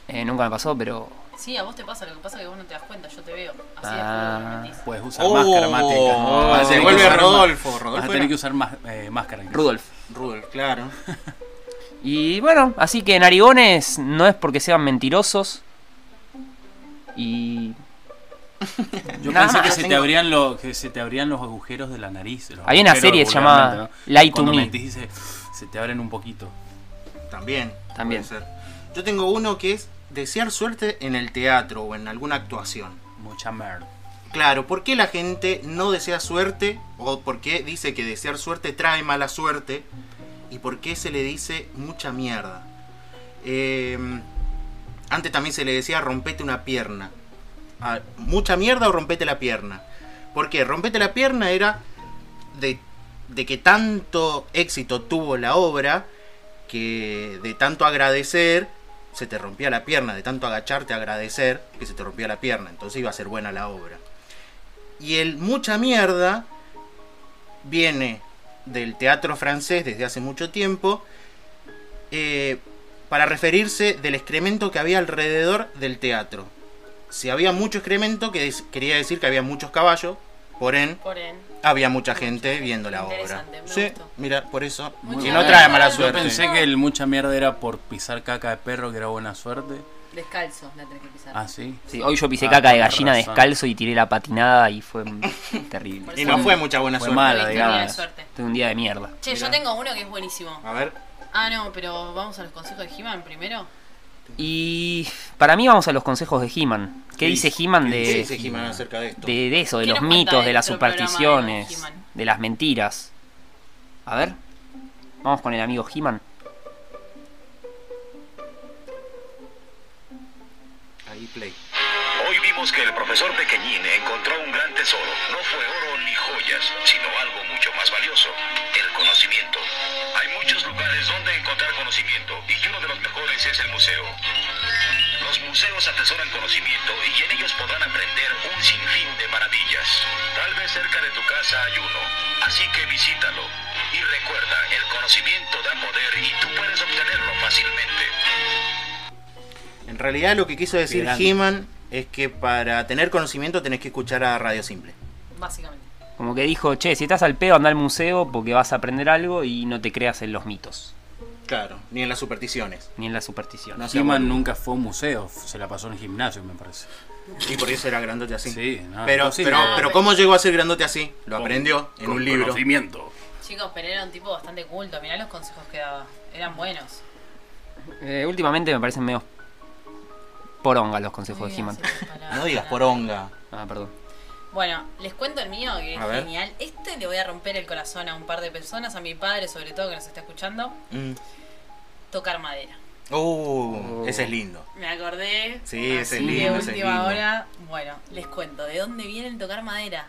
eh, nunca me pasó, pero.
Sí, a vos te pasa, lo que pasa es que vos no te das cuenta, yo te veo. Así es
Ah.
mentís.
Puedes usar máscara, Mate.
Oh,
Vas a
se
tener que
vuelve
usar
Rodolfo.
más- Vas a
Rodolfo.
tener
era-
que usar más, eh, máscara. incluso.
Rudolf.
Rudolf, claro. [LAUGHS]
Y bueno, así que narigones no es porque sean mentirosos. Y.
Yo
Nada
pensé que
más.
se, te
Tengo-
abrían los, que se te abrían los agujeros de la nariz. los
Hay una
agujeros
serie
vulgarmente,
llamada Lie to
Cuando
Me.
mentís, se, se te abren un poquito.
También.
También.
puede ser. Yo tengo uno que es desear suerte en el teatro o en alguna actuación.
Mucha merda.
Claro, ¿por qué la gente no desea suerte? ¿O por qué dice que desear suerte trae mala suerte? ¿Y por qué se le dice mucha mierda? Eh, antes también se le decía rompete una pierna. Ah, ¿Mucha mierda o rompete la pierna? ¿Por qué? Rompete la pierna era de, de que tanto éxito tuvo la obra que de tanto agradecer se te rompía la pierna, de tanto agacharte a agradecer que se te rompía la pierna, entonces iba a ser buena la obra. Y el mucha mierda viene del teatro francés desde hace mucho tiempo eh, para referirse del excremento que había alrededor del teatro. Si había mucho excremento, que des- quería decir que había muchos caballos, por ende
Por en.
había mucha gente viendo la obra.
Interesante, me
Sí,
gustó.
mira, por eso.
Muy
Si
bueno.
no trae mala
Yo
Yo
suerte.
pensé que el mucha mierda era por pisar caca de perro, que era buena suerte.
Descalzo la tenés que pisar.
Ah, sí.
Sí, hoy yo pisé
Ah,
caca de
tenés
gallina
razón.
descalzo y tiré la patinada y fue
[LAUGHS]
terrible.
Por
Y
eso
no fue mucha buena
Fue
suerte.
mala,
Tuviste
digamos.
mala suerte.
Tuve un día de mierda.
Che, yo
Mirá.
tengo uno que es buenísimo.
A ver.
Ah, no, pero vamos a los consejos de He-Man primero.
Y para mí vamos a los consejos de He-Man. ¿Qué
Sí,
dice He-Man
¿Qué
de,
dice He-Man acerca de esto?
de, de eso, de
¿Qué
los
nos cuenta
mitos, de las
nuestro programa de
supersticiones,
He-Man?
de las mentiras? A ver, vamos con el amigo He-Man.
Ahí play.
Hoy vimos que el profesor Pequeñín encontró un gran tesoro. No fue oro ni joyas, sino algo mucho más valioso, el conocimiento. Hay muchos lugares donde encontrar conocimiento y uno de los mejores es el museo. Los museos atesoran conocimiento y en ellos podrán aprender un sinfín de maravillas. Tal vez cerca de tu casa hay uno, así que visítalo. Y recuerda, el conocimiento da poder y tú puedes obtenerlo fácilmente.
En realidad lo que quiso decir
grande.
He-Man es que para tener conocimiento tenés que escuchar a Radio Simple.
básicamente.
Como que dijo, che, si estás al pedo, anda al museo porque vas a aprender algo y no te creas en los mitos,
Claro, ni en las supersticiones.
ni en las supersticiones.
No sea
He-Man
boludo.
nunca fue a un museo, se la pasó en el gimnasio, me parece.
Y por eso era grandote así.
Sí, no,
pero,
no, sí,
pero,
no.
pero ¿cómo llegó a ser grandote así? Lo
Con-
aprendió en
con
un libro.
Conocimiento.
Chicos, pero era un tipo bastante culto. Mirá los consejos que daba. Eran buenos.
Eh, últimamente me parecen medio poronga los consejos de
Muy
He-Man.
bien, sin palabras.
[LAUGHS] No digas poronga.
Ah, perdón.
Bueno, les cuento el mío, que es
A ver.
genial. Este le voy a romper el corazón a un par de personas, a mi padre sobre todo que nos está escuchando.
Mm.
Tocar madera.
Uh,
Oh.
ese es lindo.
Me acordé.
Sí, ese es
así de
lindo, ese es
última
lindo.
hora. Bueno, les cuento. ¿De dónde viene el tocar madera?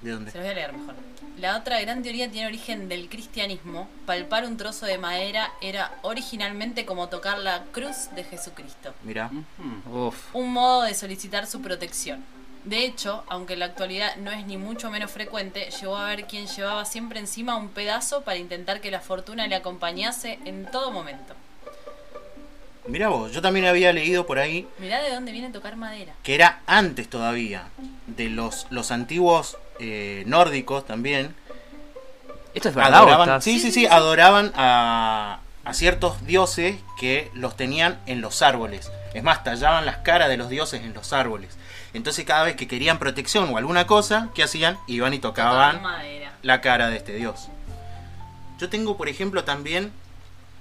¿De dónde?
Se los voy a leer mejor. La otra gran teoría tiene origen del cristianismo. Palpar un trozo de madera era originalmente como tocar la cruz de Jesucristo.
Mira.
Uf.
un modo de solicitar su protección. De hecho, aunque en la actualidad no es ni mucho menos frecuente, llegó a ver quien llevaba siempre encima un pedazo para intentar que la fortuna le acompañase en todo momento.
Mira vos, yo también había leído por ahí
Mirá de dónde viene tocar madera.
que era antes todavía de los, los antiguos eh, nórdicos también.
Esto es verdad, o
Adoraban,
estás-
sí, sí, sí, adoraban a, a ciertos dioses que los tenían en los árboles. Es más, tallaban las caras de los dioses en los árboles. Entonces cada vez que querían protección o alguna cosa, ¿qué hacían? Iban y
Tocar
tocaban
madera.
la cara de este dios. Yo tengo, por ejemplo, también,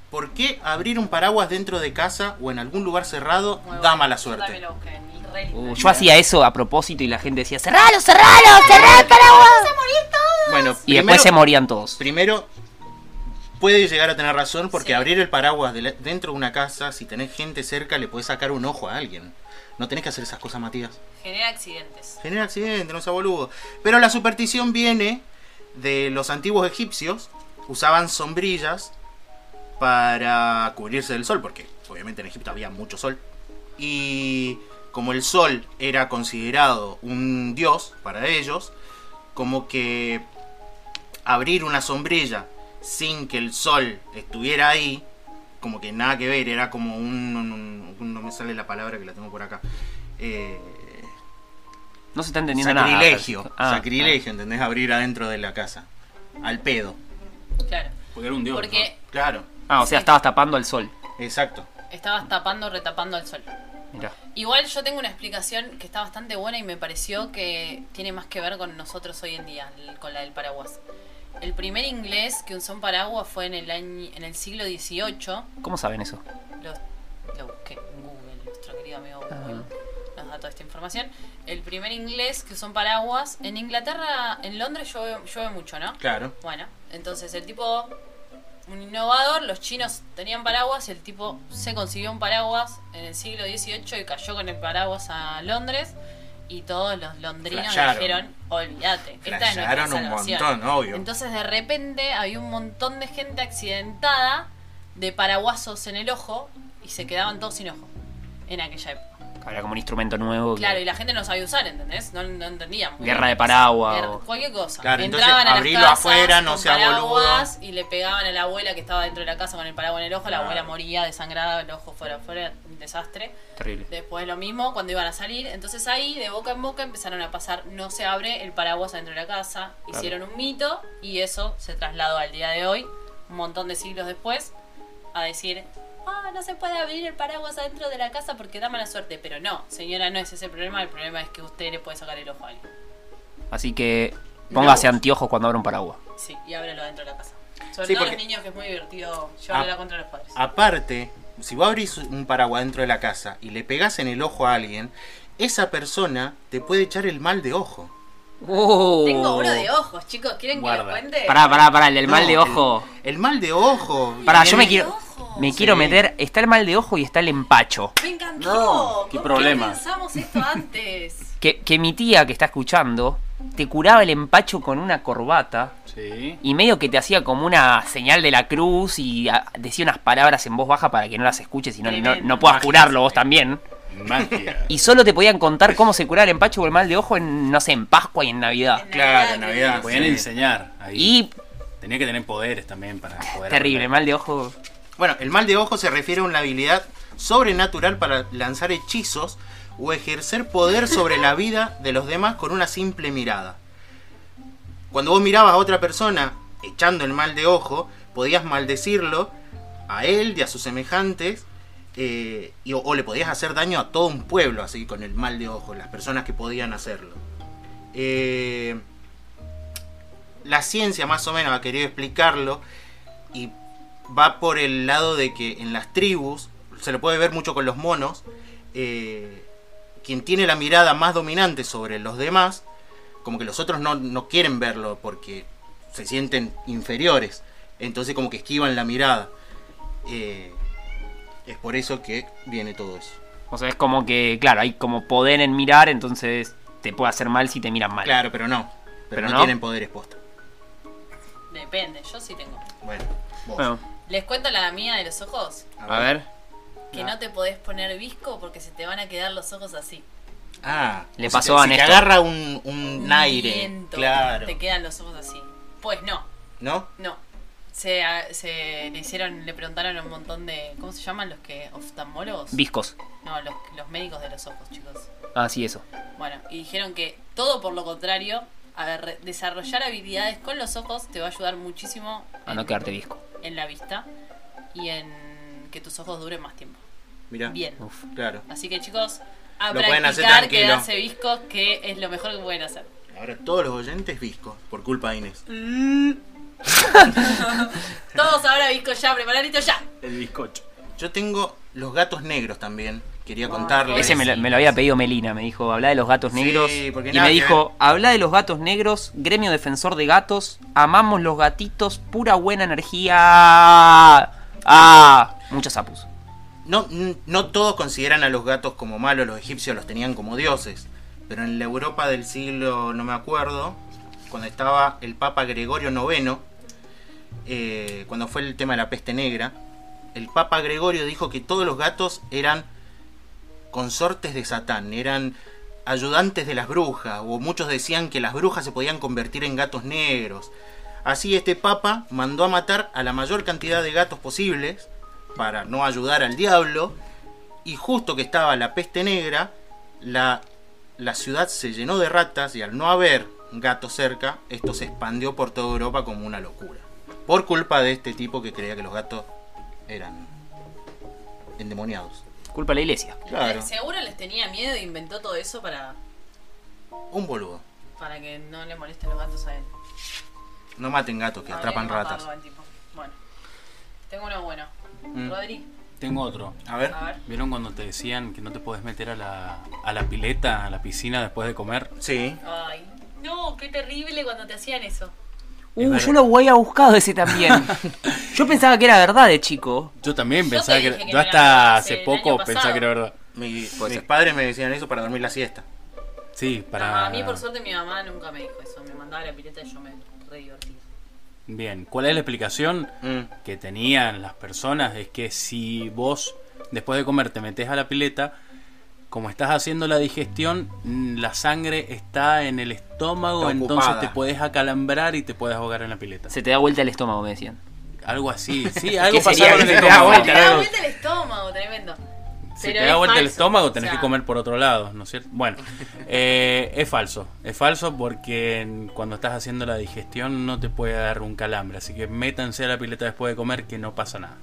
¿por qué abrir un paraguas dentro de casa o en algún lugar cerrado
Muy
da
bueno.
mala
Yo
suerte?
también lo busqué, el re lindo.
Uh, yo hacía eso a propósito y la gente decía, cerralo, cerralo.
Bueno,
Y después se morían todos.
Primero, puede llegar a tener razón porque
Sí.
abrir el paraguas de la- dentro de una casa, si tenés gente cerca, le podés sacar un ojo a alguien. No tenés que hacer esas cosas, Matías.
Genera accidentes.
Genera accidente, no sea boludo. Pero la superstición viene de los antiguos egipcios. Usaban sombrillas para cubrirse del sol, porque obviamente en Egipto había mucho sol. Y como el sol era considerado un dios para ellos, como que abrir una sombrilla sin que el sol estuviera ahí, como que nada que ver, era como un... un- un- no me sale la palabra que la tengo por acá. Eh,
No se está entendiendo
Sacrilegio,
nada. Ah,
sacrilegio, ¿entendés? Abrir adentro de la casa. Al pedo.
Claro.
Porque era un dios.
Porque
Claro,
Ah, o sea, estabas tapando al sol.
exacto.
estabas tapando, retapando al sol.
Mirá.
Igual yo tengo una explicación que está bastante buena y me pareció que tiene más que ver con nosotros hoy en día, l- con la del paraguas. El primer inglés que usó un paraguas fue en el año, en el siglo XVIII.
¿Cómo saben eso?
Lo, lo busqué en Google, nuestro querido amigo Google nos da toda esta información. El primer inglés que usó un paraguas en Inglaterra, en Londres llueve, llueve mucho, ¿no?
Claro.
Bueno, entonces el tipo, un innovador, los chinos tenían paraguas, el tipo se consiguió un paraguas en el siglo XVIII y cayó con el paraguas a Londres y todos los londrinos
Flasharon.
dijeron, olvídate, esta es nuestra
Flasharon un
salvación".
montón, obvio.
Entonces de repente había un montón de gente accidentada de paraguasos en el ojo y se quedaban todos sin ojo en aquella época.
Era como un instrumento nuevo. que-
Claro, y la gente no sabía usar, ¿entendés? No, no entendíamos.
Guerra de paraguas
Guerra-
o-
Cualquier cosa.
Claro, entonces,
Entraban a
abrilo
las casas
afuera, no
con
sea boludo.
paraguas y le pegaban a la abuela que estaba dentro de la casa con el paraguas en el ojo.
Claro.
La abuela moría desangrada, el ojo fuera afuera, un desastre.
Terrible.
Después lo mismo cuando iban a salir. Entonces ahí, de boca en boca, empezaron a pasar, no se abre el paraguas dentro de la casa. Hicieron un mito y eso se trasladó al día de hoy, un montón de siglos después, a decir... Ah, no se puede abrir el paraguas adentro de la casa porque da mala suerte. Pero no, señora, no es ese el problema. El problema es que usted le puede sacar el ojo a alguien.
Así que
Mirá
póngase
vos.
anteojos cuando abra un paraguas.
Sí, y ábrelo dentro de la casa. Sobre
Sí,
todo
porque-
los niños que es muy divertido llevarla contra los padres.
Aparte, si vos abrís un paraguas dentro de la casa y le pegás en el ojo a alguien, esa persona te puede echar el mal de ojo.
Oh.
Tengo uno de ojos, chicos. ¿Quieren que lo
Guarda.
cuente?
Pará, pará, pará, el del
No,
mal de ojo.
El, el mal de ojo.
Pará, yo me
Eh,
quiero.
Ojo.
Me quiero
Sí.
meter. Está el mal de ojo y está el empacho.
Me encantó.
No, qué
¿Por
problema.
No pensamos esto antes.
Que, que mi tía que está escuchando te curaba el empacho con una corbata
Sí.
y medio que te hacía como una señal de la cruz y ah, decía unas palabras en voz baja para que no las escuches y no, no,
Tremendo.
no puedas curarlo vos también.
[LAUGHS]
Magia.
Y solo te podían contar cómo se curaba el empacho o el mal de ojo en, no sé, en Pascua y Ah, en Navidad.
Claro,
que
Navidad.
vimos.
Podían enseñar ahí.
Y
Tenía que tener poderes también para
Ah,
poder.
terrible,
aprender.
mal de ojo.
Bueno, el mal de ojo se refiere a una habilidad sobrenatural para lanzar hechizos o ejercer poder sobre la vida de los demás con una simple mirada. Cuando vos mirabas a otra persona echando el mal de ojo, podías maldecirlo a él y a sus semejantes, eh, y- o, o le podías hacer daño a todo un pueblo así con el mal de ojo, las personas que podían hacerlo. Eh, la ciencia más o menos ha querido explicarlo y va por el lado de que en las tribus, se lo puede ver mucho con los monos, eh, quien tiene la mirada más dominante sobre los demás, como que los otros no, no quieren verlo porque se sienten inferiores, entonces como que esquivan la mirada. Eh, es por eso que viene todo eso.
O sea, es como que, claro, hay como poder en mirar, entonces te puede hacer mal si te miran mal.
Claro, pero no. Pero,
Pero
no,
no.
tienen poderes posta.
Depende, yo sí tengo.
Bueno, vos.
Bueno,
¿Les cuento la mía de los ojos?
a ver.
Que no te podés poner visco porque se te van a quedar los ojos así.
Ah,
Le
si
pasó
te-
a
si te
Néstor.
agarra un, un aire.
Viento,
Claro.
Te quedan los ojos así. Pues no,
¿No?
no. Se, a- se le hicieron, le preguntaron a un montón de. ¿Cómo se llaman los que? ¿Oftalmólogos?
Viscos.
no, los, los médicos de los ojos, chicos.
Ah, sí, eso.
Bueno, y dijeron que todo por lo contrario, a re- desarrollar habilidades con los ojos te va a ayudar muchísimo
A no quedarte visco.
en la vista y en que tus ojos duren más tiempo.
Mirá.
Bien.
Uf.
Claro.
Así que chicos, a
Lo pueden hacer
practicar
tranquilo.
quedarse viscos, que es lo mejor que pueden hacer.
Ahora todos los oyentes visco, por culpa de Inés.
Todos ahora viscos ya, preparaditos ya.
El bizcocho.
Yo tengo los gatos negros también. Quería
Wow.
contarles.
Ese me lo, me lo había pedido Melina, me dijo, habla de los gatos
Sí,
negros.
porque
y
nada
me
que
dijo, habla de los gatos negros, gremio defensor de gatos, amamos los gatitos, pura buena energía. Ah, muchos sapos.
No, n- no todos consideran a los gatos como malos, los egipcios los tenían como dioses. Pero en la Europa del siglo, no me acuerdo, cuando estaba el Papa Gregorio IX, eh, cuando fue el tema de la peste negra, el Papa Gregorio dijo que todos los gatos eran consortes de Satán, eran ayudantes de las brujas, o muchos decían que las brujas se podían convertir en gatos negros. Así este Papa mandó a matar a la mayor cantidad de gatos posibles para no ayudar al diablo. Y justo que estaba la peste negra, la, la ciudad se llenó de ratas y al no haber gatos cerca, esto se expandió por toda Europa como una locura. Por culpa de este tipo que creía que los gatos eran endemoniados.
Culpa de la iglesia.
Claro,
Seguro les tenía miedo e inventó todo eso para,
un boludo.
para que no le molesten los gatos a él.
No maten gatos que
Habría
atrapan
que matarlo
ratas.
al tipo. Bueno, tengo uno bueno.
Mm. ¿Eh?
Rodri,
Tengo otro.
A ver,
a ver.
¿Vieron cuando te decían que no te podés meter a la, a la pileta, a la piscina después de comer?
sí.
Ay, no, qué terrible cuando te hacían eso.
Uh,
verdad.
yo lo había buscado
[LAUGHS]
ese también. yo pensaba que era verdad de chico.
Yo también
Yo
pensaba
te
que,
dije que
Yo
no era
hasta hace
verdad, el
poco
año
pensaba que era verdad.
Mi- mis
Puede ser.
padres me decían eso para dormir la siesta.
Sí, para.
No, a mí por suerte mi mamá nunca me dijo eso. Me mandaba la pileta y yo me re divertía.
Bien, ¿cuál es la explicación
Mm.
que tenían las personas? Es que si vos después de comer te metes a la pileta, como estás haciendo la digestión, mm, la sangre está en el estómago,
Está
entonces
ocupada.
te puedes acalambrar y te puedes ahogar en la pileta.
Se te da vuelta el estómago, me decían.
Algo
[LAUGHS]
así, sí, algo
¿Qué
pasaba
sería
con
que
el
se te da
estómago.
vuelta?
Me da
claro.
vuelta el estómago, tremendo.
Si
Pero
te da
es
vuelta el
falso,
estómago, tenés
o sea.
que comer por otro lado, ¿no es cierto?
[LAUGHS]
Bueno, eh, es falso. Es falso porque en- cuando estás haciendo la digestión no te puede dar un calambre. Así que métanse a la pileta después de comer que no pasa nada.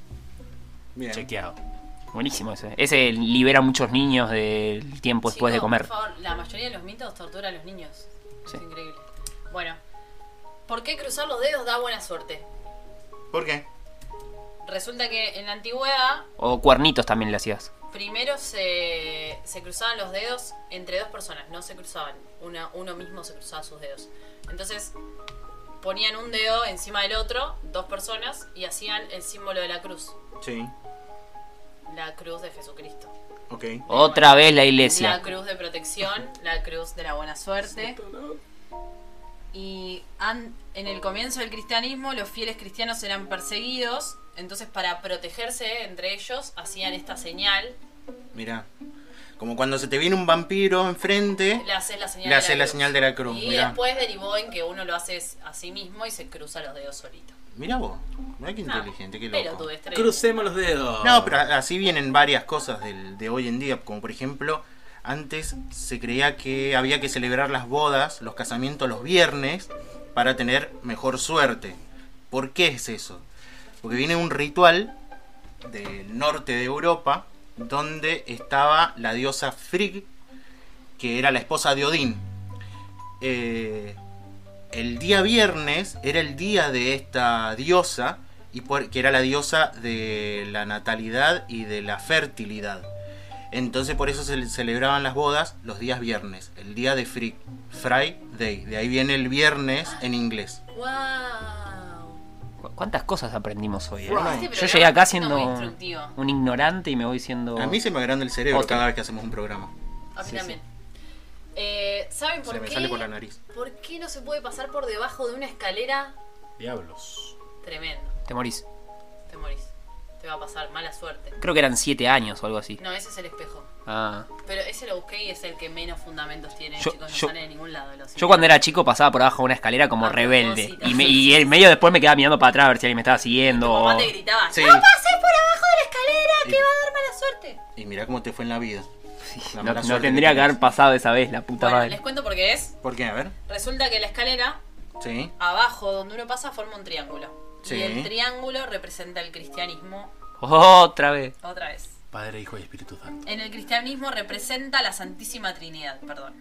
Bien.
Chequeado.
Buenísimo ese. Ese libera a muchos niños del tiempo después pues de
Chicos,
comer.
Por favor, la mayoría de los mitos tortura a los niños.
Sí.
Es increíble. Bueno, ¿por qué cruzar los dedos da buena suerte?
¿Por qué?
Resulta que en la antigüedad
O cuernitos también le hacías.
primero se, se cruzaban los dedos entre dos personas, no se cruzaban, una, uno mismo se cruzaba sus dedos. Entonces ponían un dedo encima del otro, dos personas, y hacían el símbolo de la cruz,
Sí,
la cruz de Jesucristo.
ok.
Otra vez la
La
iglesia.
cruz de protección, la cruz de la buena suerte. Y an- en el comienzo del cristianismo los fieles cristianos eran perseguidos, entonces para protegerse entre ellos hacían esta señal,
Mirá. Como cuando se te viene un vampiro enfrente.
le haces la señal,
Le
de,
haces
la
la
cruz.
señal de la cruz,
Y
mirá.
después derivó en que uno lo hace a sí mismo y se cruza los dedos solito.
Mirá vos. Mirá qué
No,
inteligente, qué
Pero
loco.
tuve este estrella.
Crucemos los dedos.
No, pero así vienen varias cosas del, de hoy en día, como por ejemplo, antes se creía que había que celebrar las bodas, los casamientos los viernes para tener mejor suerte. ¿Por qué es eso? Porque viene un ritual del norte de Europa donde estaba la diosa Frigg, que era la esposa de Odín. Eh, el día viernes era el día de esta diosa, y por- que era la diosa de la natalidad y de la fertilidad. Entonces por eso se le- celebraban las bodas los días viernes, el día de Free, Friday. De ahí viene el viernes en inglés.
Wow.
Cu- ¿Cuántas cosas aprendimos hoy? eh?
Wow.
Este
Yo
programa
llegué acá
está siendo muy
siendo
instructivo.
un ignorante y me voy siendo...
A mí se me agranda el cerebro
Otra.
cada vez que hacemos un programa.
A mí
Sí,
también. Eh, ¿Saben por
Se me
qué?
sale por la nariz.
¿Por qué no se puede pasar por debajo de una escalera?
Diablos.
Tremendo.
Te morís.
Te morís. Te va a pasar mala suerte.
Creo que eran siete años o algo así.
No, ese es el espejo.
Ah.
Pero ese lo busqué y es el que menos fundamentos tiene,
Yo-
chicos. No
yo-
sale de ningún lado. lo siento.
Yo cuando era chico pasaba por abajo de una escalera como
A
rebelde.
propósito.
Y, me- y el medio después me quedaba mirando para atrás a ver si alguien me estaba
Tu
siguiendo.
mamá
o-
te gritaba:
Sí.
¡No pases por abajo de la escalera!
Sí.
¡Que va a dar mala suerte!
Y mirá cómo te fue en la vida. La
No,
mala
no
suerte
tendría que
tenés.
haber pasado esa vez, la puta
Bueno, les
madre.
cuento por qué es.
¿Por qué? A ver.
Resulta que la escalera,
Sí.
abajo donde uno pasa, forma un triángulo.
Sí.
Y el triángulo representa el cristianismo
Otra vez.
otra vez.
Padre, Hijo y Espíritu Santo.
En el cristianismo representa la Santísima Trinidad, perdón.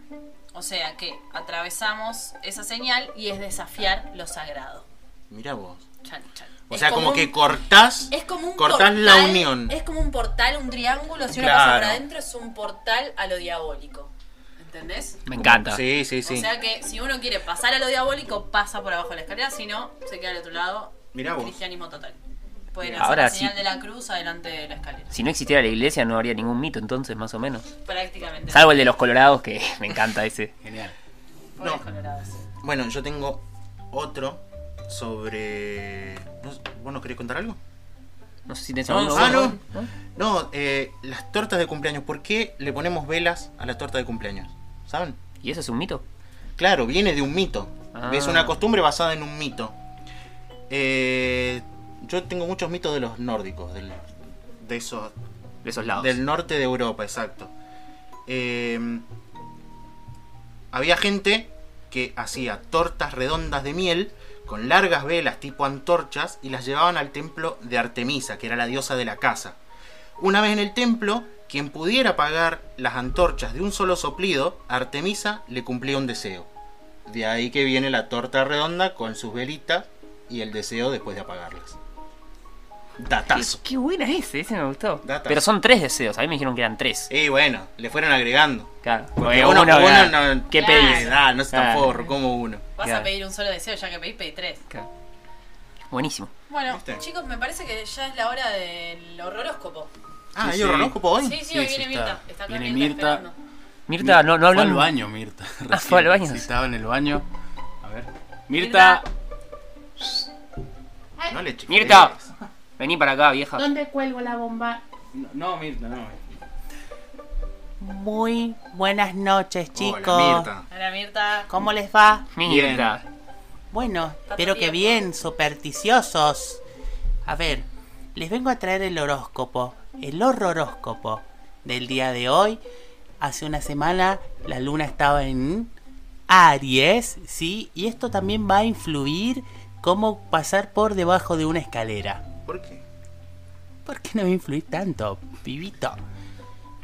O sea que atravesamos esa señal y es desafiar lo sagrado.
Mirá vos.
Chan, chan.
O
Es
sea, como, que
un-
cortás.
es como un
cortás
portal,
la unión.
Es como un portal, un triángulo. Si uno
Claro.
pasa para adentro, es un portal a lo diabólico. ¿Entendés?
Me encanta.
Sí, sí, sí.
O sea que si uno quiere pasar a lo diabólico, pasa por abajo de la escalera. Si no, se queda al otro lado.
Mirá vos.
Cristianismo total. Pueden
Mirá.
hacer
Ahora
la
sí.
señal de la cruz adelante de la escalera.
Si no existiera la iglesia no habría ningún mito entonces, más o menos.
Prácticamente.
Salvo el de los colorados, que [LAUGHS] me encanta ese.
Genial.
Pobres
No.
colorados.
Bueno, yo tengo otro sobre. ¿No- ¿Vos nos querés contar algo?
No sé si tenés
No,
alguno
ah,
vos.
no. No, eh, las tortas de cumpleaños. ¿Por qué le ponemos velas a las tortas de cumpleaños? ¿Saben?
¿Y eso es un mito?
Claro, viene de un mito.
Ah.
Es una costumbre basada en un mito. Eh, yo tengo muchos mitos de los nórdicos, del- de esos
De esos lados.
Del norte de Europa, exacto. Eh, había gente que hacía tortas redondas de miel con largas velas tipo antorchas y las llevaban al templo de Artemisa, que era la diosa de la casa. Una vez en el templo, quien pudiera pagar las antorchas de un solo soplido, Artemisa le cumplía un deseo. De ahí que viene la torta redonda con sus velitas y el deseo después de apagarlas.
Qué,
Datazo.
qué buena ese, ese me gustó.
Data.
Pero son tres deseos, a mí me dijeron que eran tres.
Y bueno, le fueron agregando.
Claro.
Porque
Bueno,
uno,
uno,
uno
era-
no-
¿Qué
Claro.
pedís? Ah,
Eh, da, no es tan
Claro.
forro como uno.
Vas
Claro.
a pedir un solo deseo, ya que pedís, pedí tres.
Claro. Buenísimo.
Bueno,
¿Viste?
chicos, me parece que ya es la hora del horroróscopo.
Ah,
Sí,
¿hay
sí.
horóscopo hoy?
Sí, sí, hoy
sí,
viene
está.
Mirta. Está acá
Viene
Mirta,
Mirta.
esperando.
Mirta, no, no
Fue al
hablamos. Ah,
baño, Mirta. recién.
fue al baño.
Sí, estaba en el baño. A ver. Mirta.
No le chequees.
Mirta,
[LAUGHS]
vení para acá, vieja.
¿Dónde cuelgo la bomba?
No, no, Mirta, no.
Muy buenas noches, chicos.
Hola, Mirta.
Hola Mirta.
¿Cómo les va?
Mirta.
Bueno,
Tanto
espero que
tiempo.
bien, supersticiosos. A ver, les vengo a traer el horóscopo, el horroróscopo del día de hoy. Hace una semana la luna estaba en Aries, ¿sí? Y esto también va a influir cómo pasar por debajo de una escalera.
¿Por qué?
¿Por qué no me influís tanto, pibito?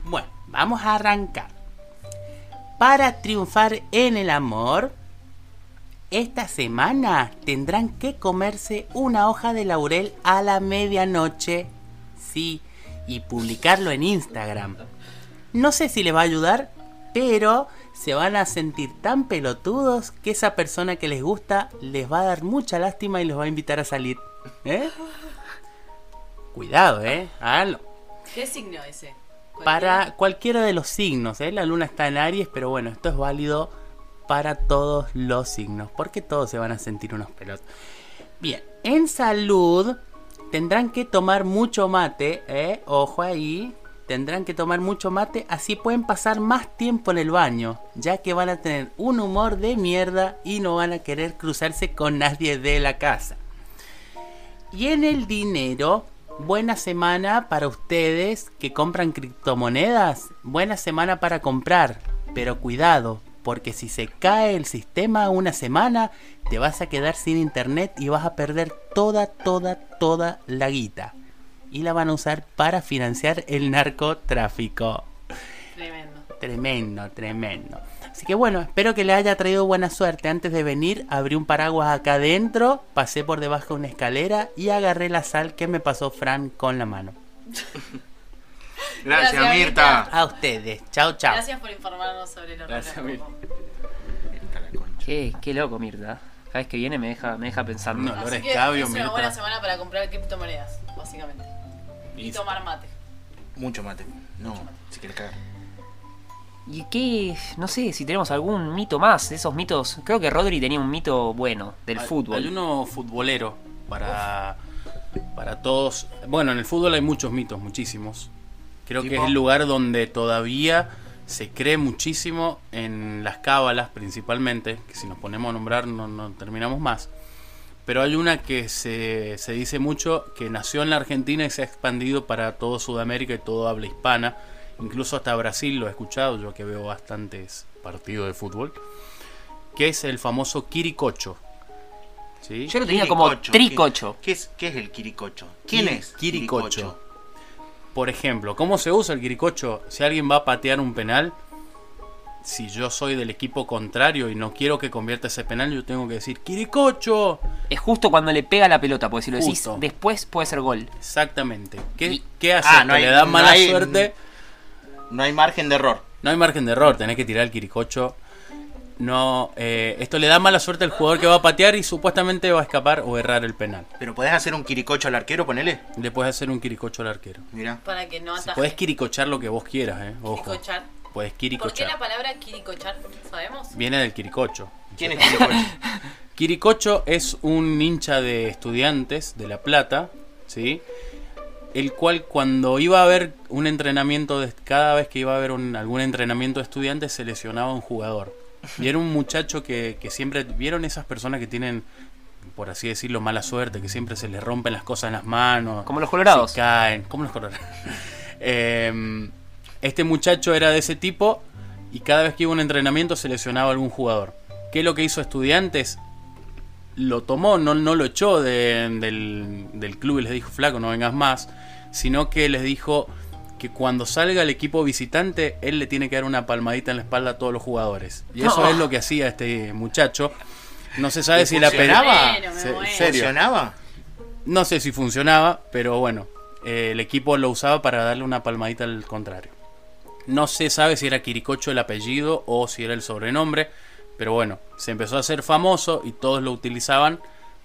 Bueno, vamos a arrancar. Para triunfar en el amor, Esta semana tendrán que comerse una hoja de laurel a la medianoche, sí, y publicarlo en Instagram. No sé si les va a ayudar, pero se van a sentir tan pelotudos que esa persona que les gusta les va a dar mucha lástima y los va a invitar a salir. ¿Eh? Cuidado, ¿eh? Háganlo.
¿Qué signo ese? ¿Cualquiera?
Para cualquiera de los signos, ¿eh? La luna está en Aries, pero bueno, esto es válido para todos los signos, porque todos se van a sentir unos pelotas. Bien, en salud tendrán que tomar mucho mate, ¿eh? Ojo ahí. Tendrán que tomar mucho mate, así pueden pasar más tiempo en el baño, ya que van a tener un humor de mierda y no van a querer cruzarse con nadie de la casa. Y en el dinero, buena semana para ustedes que compran criptomonedas. Buena semana para comprar. Pero cuidado, porque si se cae el sistema una semana, te vas a quedar sin internet y vas a perder toda, toda, toda la guita. Y la van a usar para financiar el narcotráfico.
Tremendo.
Tremendo, tremendo. Así que bueno, espero que le haya traído buena suerte. Antes de venir, abrí un paraguas acá adentro, pasé por debajo de una escalera y agarré la sal que me pasó Fran con la mano.
Gracias,
Gracias,
Mirta.
A ustedes, chao, chao.
Gracias por informarnos sobre los
Gracias,
horóscopos.
Mirta la concha.
Qué, qué loco, Mirta. Cada vez que viene me deja, me deja pensando.
No, Olor a
Así que
escabio,
es una
Mirta.
buena semana para comprar criptomonedas, básicamente. Y,
Y-
tomar mate.
Mucho mate. No, si quieres cagar.
¿Y qué? No sé si tenemos algún mito más. Esos mitos. Creo que Rodri tenía un mito bueno del
Hay-
fútbol.
Hay uno futbolero para, para todos. Bueno, en el fútbol hay muchos mitos, muchísimos. Creo que
Tipo.
es el lugar donde todavía se cree muchísimo en las cábalas, principalmente, que si nos ponemos a nombrar no, no terminamos más. Pero hay una que se, se dice mucho, que nació en la Argentina y se ha expandido para todo Sudamérica y todo habla hispana. Incluso hasta Brasil lo he escuchado, yo que veo bastantes partidos de fútbol. Que es el famoso Quiricocho. ¿Sí?
Yo lo tenía como
Quiricocho, ¿qué-
tricocho.
¿Qué, es, ¿Qué es el quiricocho? ¿Quién
Quiri-
es?
Quiricocho. Por ejemplo, ¿cómo se usa el quiricocho? Si alguien va a patear un penal, si yo soy del equipo contrario y no quiero que convierta ese penal, yo tengo que decir ¡Quiricocho!
Es justo cuando le pega la pelota, porque si lo decís
Justo.
después puede ser gol.
Exactamente. ¿Qué,
Y-
qué hace?
Ah, no
¿Te
hay-
le da
no
mala
hay-
suerte.
No hay margen de error.
No hay margen de error, tenés que tirar el quiricocho. No, eh, esto le da mala suerte al jugador que va a patear y supuestamente va a escapar o errar el penal.
Pero podés hacer un quiricocho al arquero, ponele.
Le puedes hacer un quiricocho al arquero.
Mirá.
Para que no
Si
ataje.
puedes quiricochar lo que vos quieras, eh. Ojo.
Quiricochar.
Puedes
¿Por qué
quiricochar.
la palabra quiricochar? ¿Sabemos?
Viene del quiricocho.
¿Quién es quiricocho?
[LAUGHS]
Quiricocho es un hincha de estudiantes de La Plata, ¿sí? El cual cuando iba a haber un entrenamiento, de- cada vez que iba a haber un- algún entrenamiento de estudiantes se lesionaba un jugador. Y era un muchacho que, que siempre, ¿vieron esas personas que tienen, por así decirlo, mala suerte? Que siempre se les rompen las cosas en las manos.
Como los colorados.
Se caen, como los colorados. [LAUGHS] Em, este muchacho era de ese tipo y cada vez que iba a un entrenamiento se lesionaba algún jugador. ¿Qué es lo que hizo Estudiantes? Lo tomó, no, no lo echó de- del, del club y les dijo, flaco, no vengas más, sino que les dijo que cuando salga el equipo visitante, él le tiene que dar una palmadita en la espalda a todos los jugadores. Y eso
No.
es lo que hacía este muchacho. No se sabe
¿Y
si la
funcionaba?
Me muero, me
Se-
muero.
serio.
¿Funcionaba?
No sé si funcionaba, pero bueno, eh, el equipo lo usaba para darle una palmadita al contrario. No se sabe si era Quiricocho el apellido o si era el sobrenombre, pero bueno, se empezó a hacer famoso y todos lo utilizaban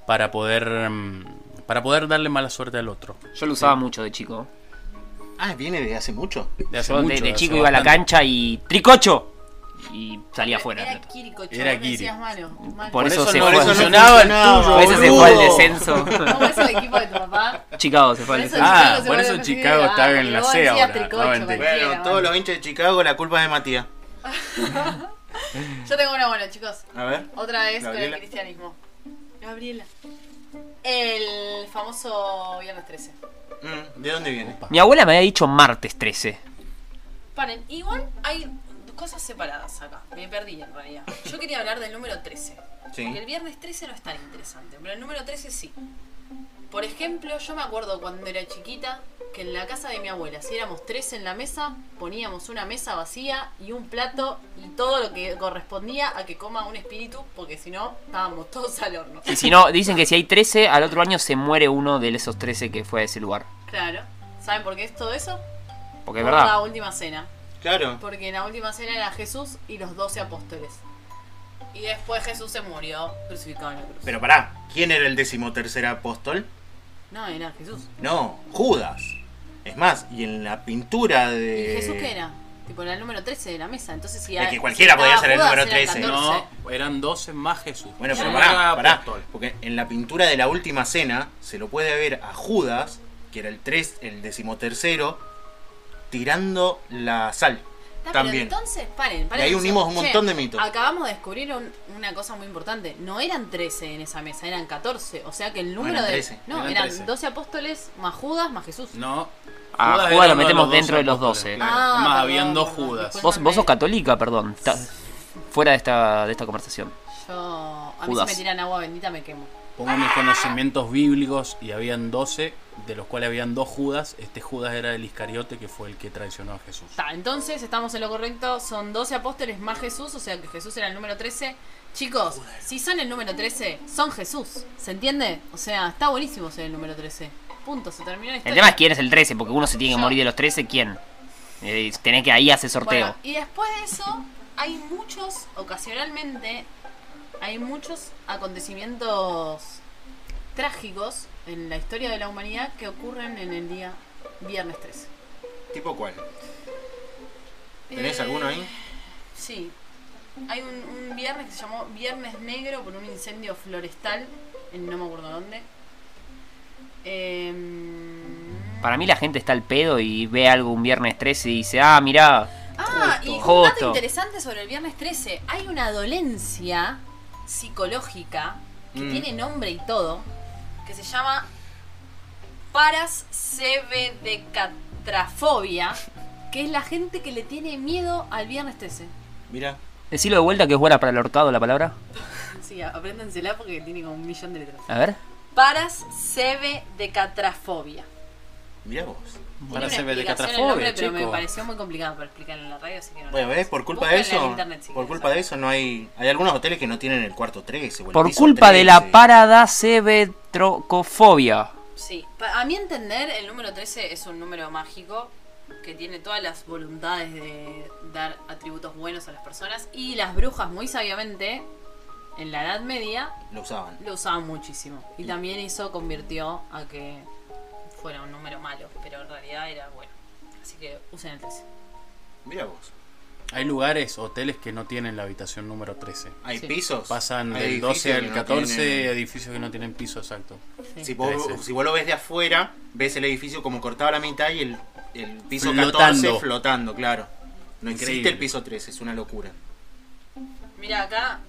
para poder mm, para poder darle mala suerte al otro.
Yo lo usaba mucho de chico.
Ah, viene de hace mucho.
De hace
Yo de-
mucho,
de,
hace
chico iba a la
bastante.
cancha y tricocho y salía afuera.
Era quiricochar.
Era
no decías
guiri.
mano. mano.
Por eso se
no, por eso
fue.
no
Por
funcionaba el
funcionaba.
tuyo,
Por
eso se
boludo.
fue al [LAUGHS] descenso.
¿Cómo es el equipo de tu papá?
Chicago se fue al
Por eso
descenso.
Ah,
Chicago se
por
vuelve
eso
a
Chicago
presidente.
está en
Ah,
la
vos
C
decías
ahora,
tricocho,
no mentira.
cualquiera,
Bueno,
mano.
todos los hinchas de Chicago, la culpa es de Matías.
Yo tengo una buena, chicos.
A ver.
Otra vez con
Gabriela.
el cristianismo. Gabriela. El famoso viernes 13.
Mm, ¿De dónde viene?
Mi abuela me había dicho martes 13.
Paren, igual hay cosas separadas acá. Me perdí en realidad. Yo quería hablar del número 13.
Sí.
Porque el viernes 13 no es tan interesante, pero el número 13 sí. Por ejemplo, yo me acuerdo cuando era chiquita que en la casa de mi abuela, si éramos tres en la mesa, poníamos una mesa vacía y un plato y todo lo que correspondía a que coma un espíritu, porque si no, estábamos todos al horno.
Y si no, dicen que si hay 13, al otro año se muere uno de esos 13 que fue a ese lugar.
Claro. ¿Saben por qué es todo eso?
Porque es
Por La
verdad.
última cena.
Claro.
Porque en la última cena era Jesús y los doce apóstoles. Y después Jesús se murió crucificado en la cruz.
Pero pará, ¿quién era el decimotercer apóstol?
No, era Jesús.
No, Judas. Es más, y en la pintura
¿Y
de.
Jesús qué era? Tipo, era el número 13 de la mesa. Entonces, si
Eh, Es
a-
que cualquiera
si estaba
podía ser el
Judas,
número
era
13.
No, eran 12 más Jesús.
Bueno, pero
No
pará,
era
pará.
apóstol.
Porque en la pintura de la última cena se lo puede ver a Judas, que era el tres, el decimotercero, tirando la sal.
Ah, pero
También.
entonces, paren, paren.
Y ahí
un
unimos un
segundo.
montón de mitos.
Acabamos de descubrir un- una cosa muy importante. No eran 13 en esa mesa, eran 14. O sea que el número
eran
de.
13,
no,
eran
eran,
13.
12 apóstoles más Judas más Jesús.
No.
Ah, Judas
era
lo
uno de
metemos
los
dentro de los
apóstoles,
12.
claro.
Ah,
Más,
perdón,
habían dos
perdón,
Judas.
disculpa.
Vos, vos sos católica, perdón. Está fuera de esta, de esta conversación.
Yo. A mí
Judas.
si me tiran agua bendita me quemo.
Pongo mis conocimientos bíblicos y habían 12, de los cuales habían dos Judas. Este Judas era el Iscariote, que fue el que traicionó a Jesús.
Ta, entonces estamos en lo correcto. Son 12 apóstoles más Jesús, o sea que Jesús era el número 13. Chicos, si son el número 13, son Jesús. ¿Se entiende? O sea, está buenísimo ser el número 13. Punto, se terminó la
El
historia.
tema es quién es el 13, porque uno se tiene que
Yo.
morir de los 13, ¿quién? Eh, tenés que ahí hacer sorteo.
Bueno, y después de eso, hay muchos, ocasionalmente, hay muchos acontecimientos trágicos en la historia de la humanidad que ocurren en el día viernes 13.
¿Tipo cuál?
Eh,
¿Tenés alguno ahí?
Sí. Hay un, un viernes que se llamó Viernes Negro por un incendio florestal en no me acuerdo dónde. Em,
Para mí la gente está al pedo y ve algo un viernes 13 y dice, ah, mirá,
Ah, y
Joto.
un dato interesante sobre el viernes 13. Hay una dolencia psicológica que
Mm.
tiene nombre y todo, que se llama parascebedecatrafobia, que es la gente que le tiene miedo al viernes 13.
Mira.
decilo de vuelta que es buena para el hortado la palabra.
Sí, apréndansela porque tiene como un millón de letras.
A ver.
Parascebedecatrafobia.
Mirá vos.
Tiene
Para
una
ser de
explicación el nombre,
catrafobia,
pero me
chico.
pareció muy complicado para explicarlo en la radio, así que no.
Bueno,
lo
¿ves?
hice.
Por culpa de
Búsquenla en
eso.
internet si
por
quieren
culpa de
saber.
eso no hay. Hay algunos hoteles que no tienen el cuarto 13. o el
Por
piso
culpa de la
13.
parada cebetrocofobia.
Sí, pa- a mi entender, el número 13 es un número mágico que tiene todas las voluntades de dar atributos buenos a las personas y las brujas muy sabiamente en la Edad Media
Lo usaban.
lo usaban muchísimo y también eso convirtió a que fuera un número malo, pero en realidad era bueno. Así que usen el 13.
Mira vos.
Hay lugares, hoteles que no tienen la habitación número 13.
Hay
Sí.
pisos.
Pasan
hay
del
edificios
12
que
al
no
14
tienen-
edificios que no tienen piso exacto.
Sí.
Si vos,
13.
si vos lo ves de afuera, ves el edificio como cortado a la mitad y el, el piso
Flotando.
14 flotando, claro. No
Increíble.
existe el piso 13, es una locura.
Mira, acá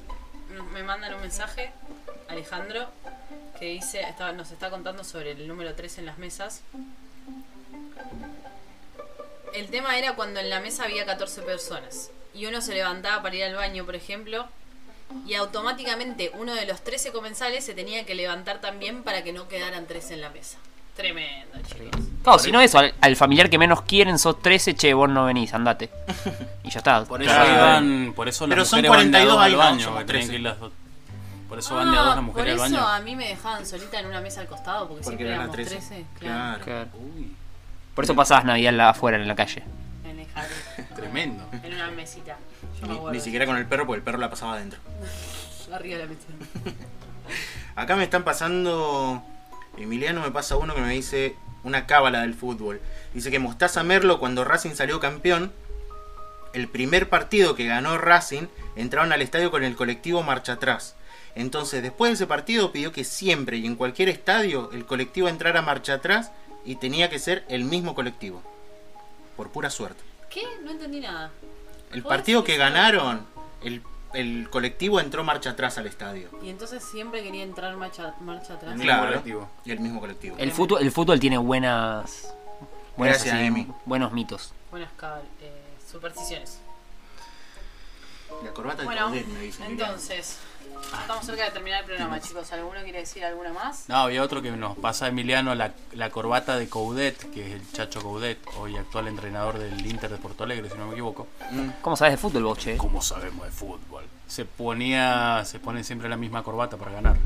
nos- me mandan un mensaje, Alejandro, que dice, está- nos está contando sobre el número 3 en las mesas. El tema era cuando en la mesa había 14 personas y uno se levantaba para ir al baño, por ejemplo, y automáticamente uno de los 13 comensales se tenía que levantar también para que no quedaran 13 en la mesa. Tremendo, chicos.
Claro, si no eso, al, al familiar que menos quieren sos 13, che, vos no
[LAUGHS]
venís, andate. Y ya está.
Por eso
Claro.
iban, por eso las
Pero son
mujeres van de a
42
dos al
ahí, no,
baño,
somos
que tenían
13.
que ir las dos. Por eso van de a dos las
Ah, por
mujeres
eso
al baño.
a mí me dejaban solita en una mesa al costado porque,
Porque
siempre
eran
éramos
las
13.
13.
claro.
Claro.
Claro.
Uy,
Por eso pasabas Navidad la- afuera en la calle.
En el jardín.
tremendo.
En una mesita. Yo me
Ni,
acuerdo.
ni siquiera con el perro, porque el perro la pasaba adentro.
Arriba de la mesita.
Acá me están pasando. Emiliano me pasa uno que me dice una cábala del fútbol. Dice que Mostaza Merlo, cuando Racing salió campeón, el primer partido que ganó Racing, entraron al estadio con el colectivo Marcha Atrás. Entonces, después de ese partido, pidió que siempre y en cualquier estadio el colectivo entrara Marcha Atrás y tenía que ser el mismo colectivo. Por pura suerte.
¿Qué? No entendí nada.
El
¿Puedo
partido
decir
que
eso?
ganaron, el, el colectivo entró Marcha Atrás al estadio.
Y entonces siempre quería entrar marcha, marcha atrás.
mismo
Claro.
colectivo.
Y el mismo colectivo.
El fútbol, el fútbol tiene buenas... buenas,
Gracias, Emi.
buenos mitos.
Buenas cab- eh, supersticiones.
La corbata de
Bueno,
Claudette, me dice. Miriam.
entonces, estamos cerca de terminar el programa, chicos. ¿Alguno quiere decir alguna más?
No, había otro que nos pasa Emiliano, la, la corbata de Coudet, que es el Chacho Coudet, hoy actual entrenador del Inter de Porto Alegre, si no me equivoco.
¿Cómo sabes de fútbol vos, che?
Como sabemos de fútbol? Se ponía, se pone siempre la misma corbata para ganar.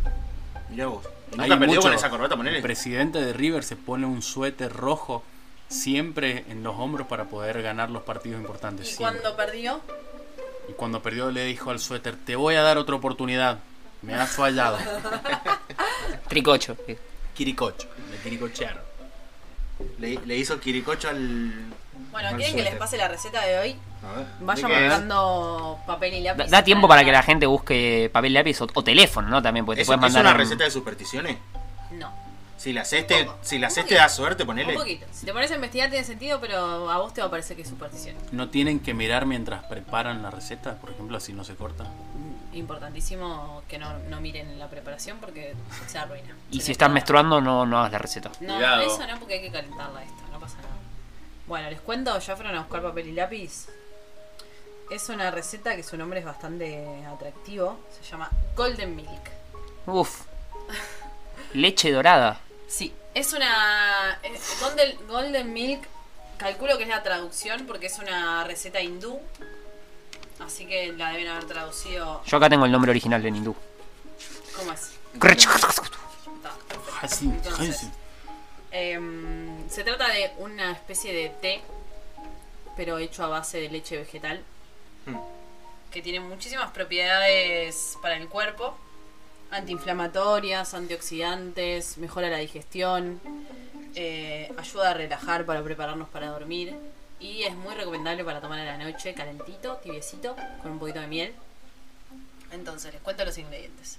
Mirá vos. ¿Y
Hay
¿Nunca perdió
mucho-
con esa corbata? Ponele.
El presidente de River se pone un suéter rojo siempre en los hombros para poder ganar los partidos importantes.
¿Y
siempre.
cuando perdió?
Y cuando perdió le dijo al suéter, te voy a dar otra oportunidad. Me has fallado.
Tricocho. eh.
Quiricocho. Le quiricochearon.
Le, le hizo quiricocho al.
Bueno,
al
¿quieren que les
suéter.
pase la receta de hoy?
A ver.
Vayan
¿De qué es?
marcando papel y lápiz.
Da, da tiempo para que la gente busque papel y lápiz o, o teléfono, ¿no? También, porque te
¿Es,
puedes
es
mandar.
una
un-
receta de supersticiones?
No.
Si la ceste,
poco.
si la
Un
ceste
poquito.
da suerte, ponele.
Un poquito. Si te pones a investigar tiene sentido, pero a vos te va a parecer que es superstición.
No tienen que mirar mientras preparan la receta, por ejemplo, así no se corta.
Importantísimo que no, no miren la preparación porque se arruina.
Y
Se
si
les
estás
traba.
menstruando, no, no hagas la receta.
No,
Cuidado.
eso no, porque hay que calentarla esto, no pasa nada. Bueno, les cuento, ya fueron a buscar papel y lápiz. Es una receta que su nombre es bastante atractivo. Se llama Golden Milk.
[LAUGHS]
Uf. Leche dorada.
Sí, es una. es- Golden, Golden Milk, calculo que es la traducción porque es una receta hindú. Así que la deben haber traducido.
Yo acá tengo el nombre original en hindú.
¿Cómo es? Ta. Entonces, [LAUGHS] Em, se trata de una especie de té, pero hecho a base de leche vegetal,
Mm.
que tiene muchísimas propiedades para el cuerpo, antiinflamatorias, antioxidantes, mejora la digestión, eh, ayuda a relajar para prepararnos para dormir y es muy recomendable para tomar a la noche calentito, tibiecito, con un poquito de miel. Entonces, les cuento los ingredientes.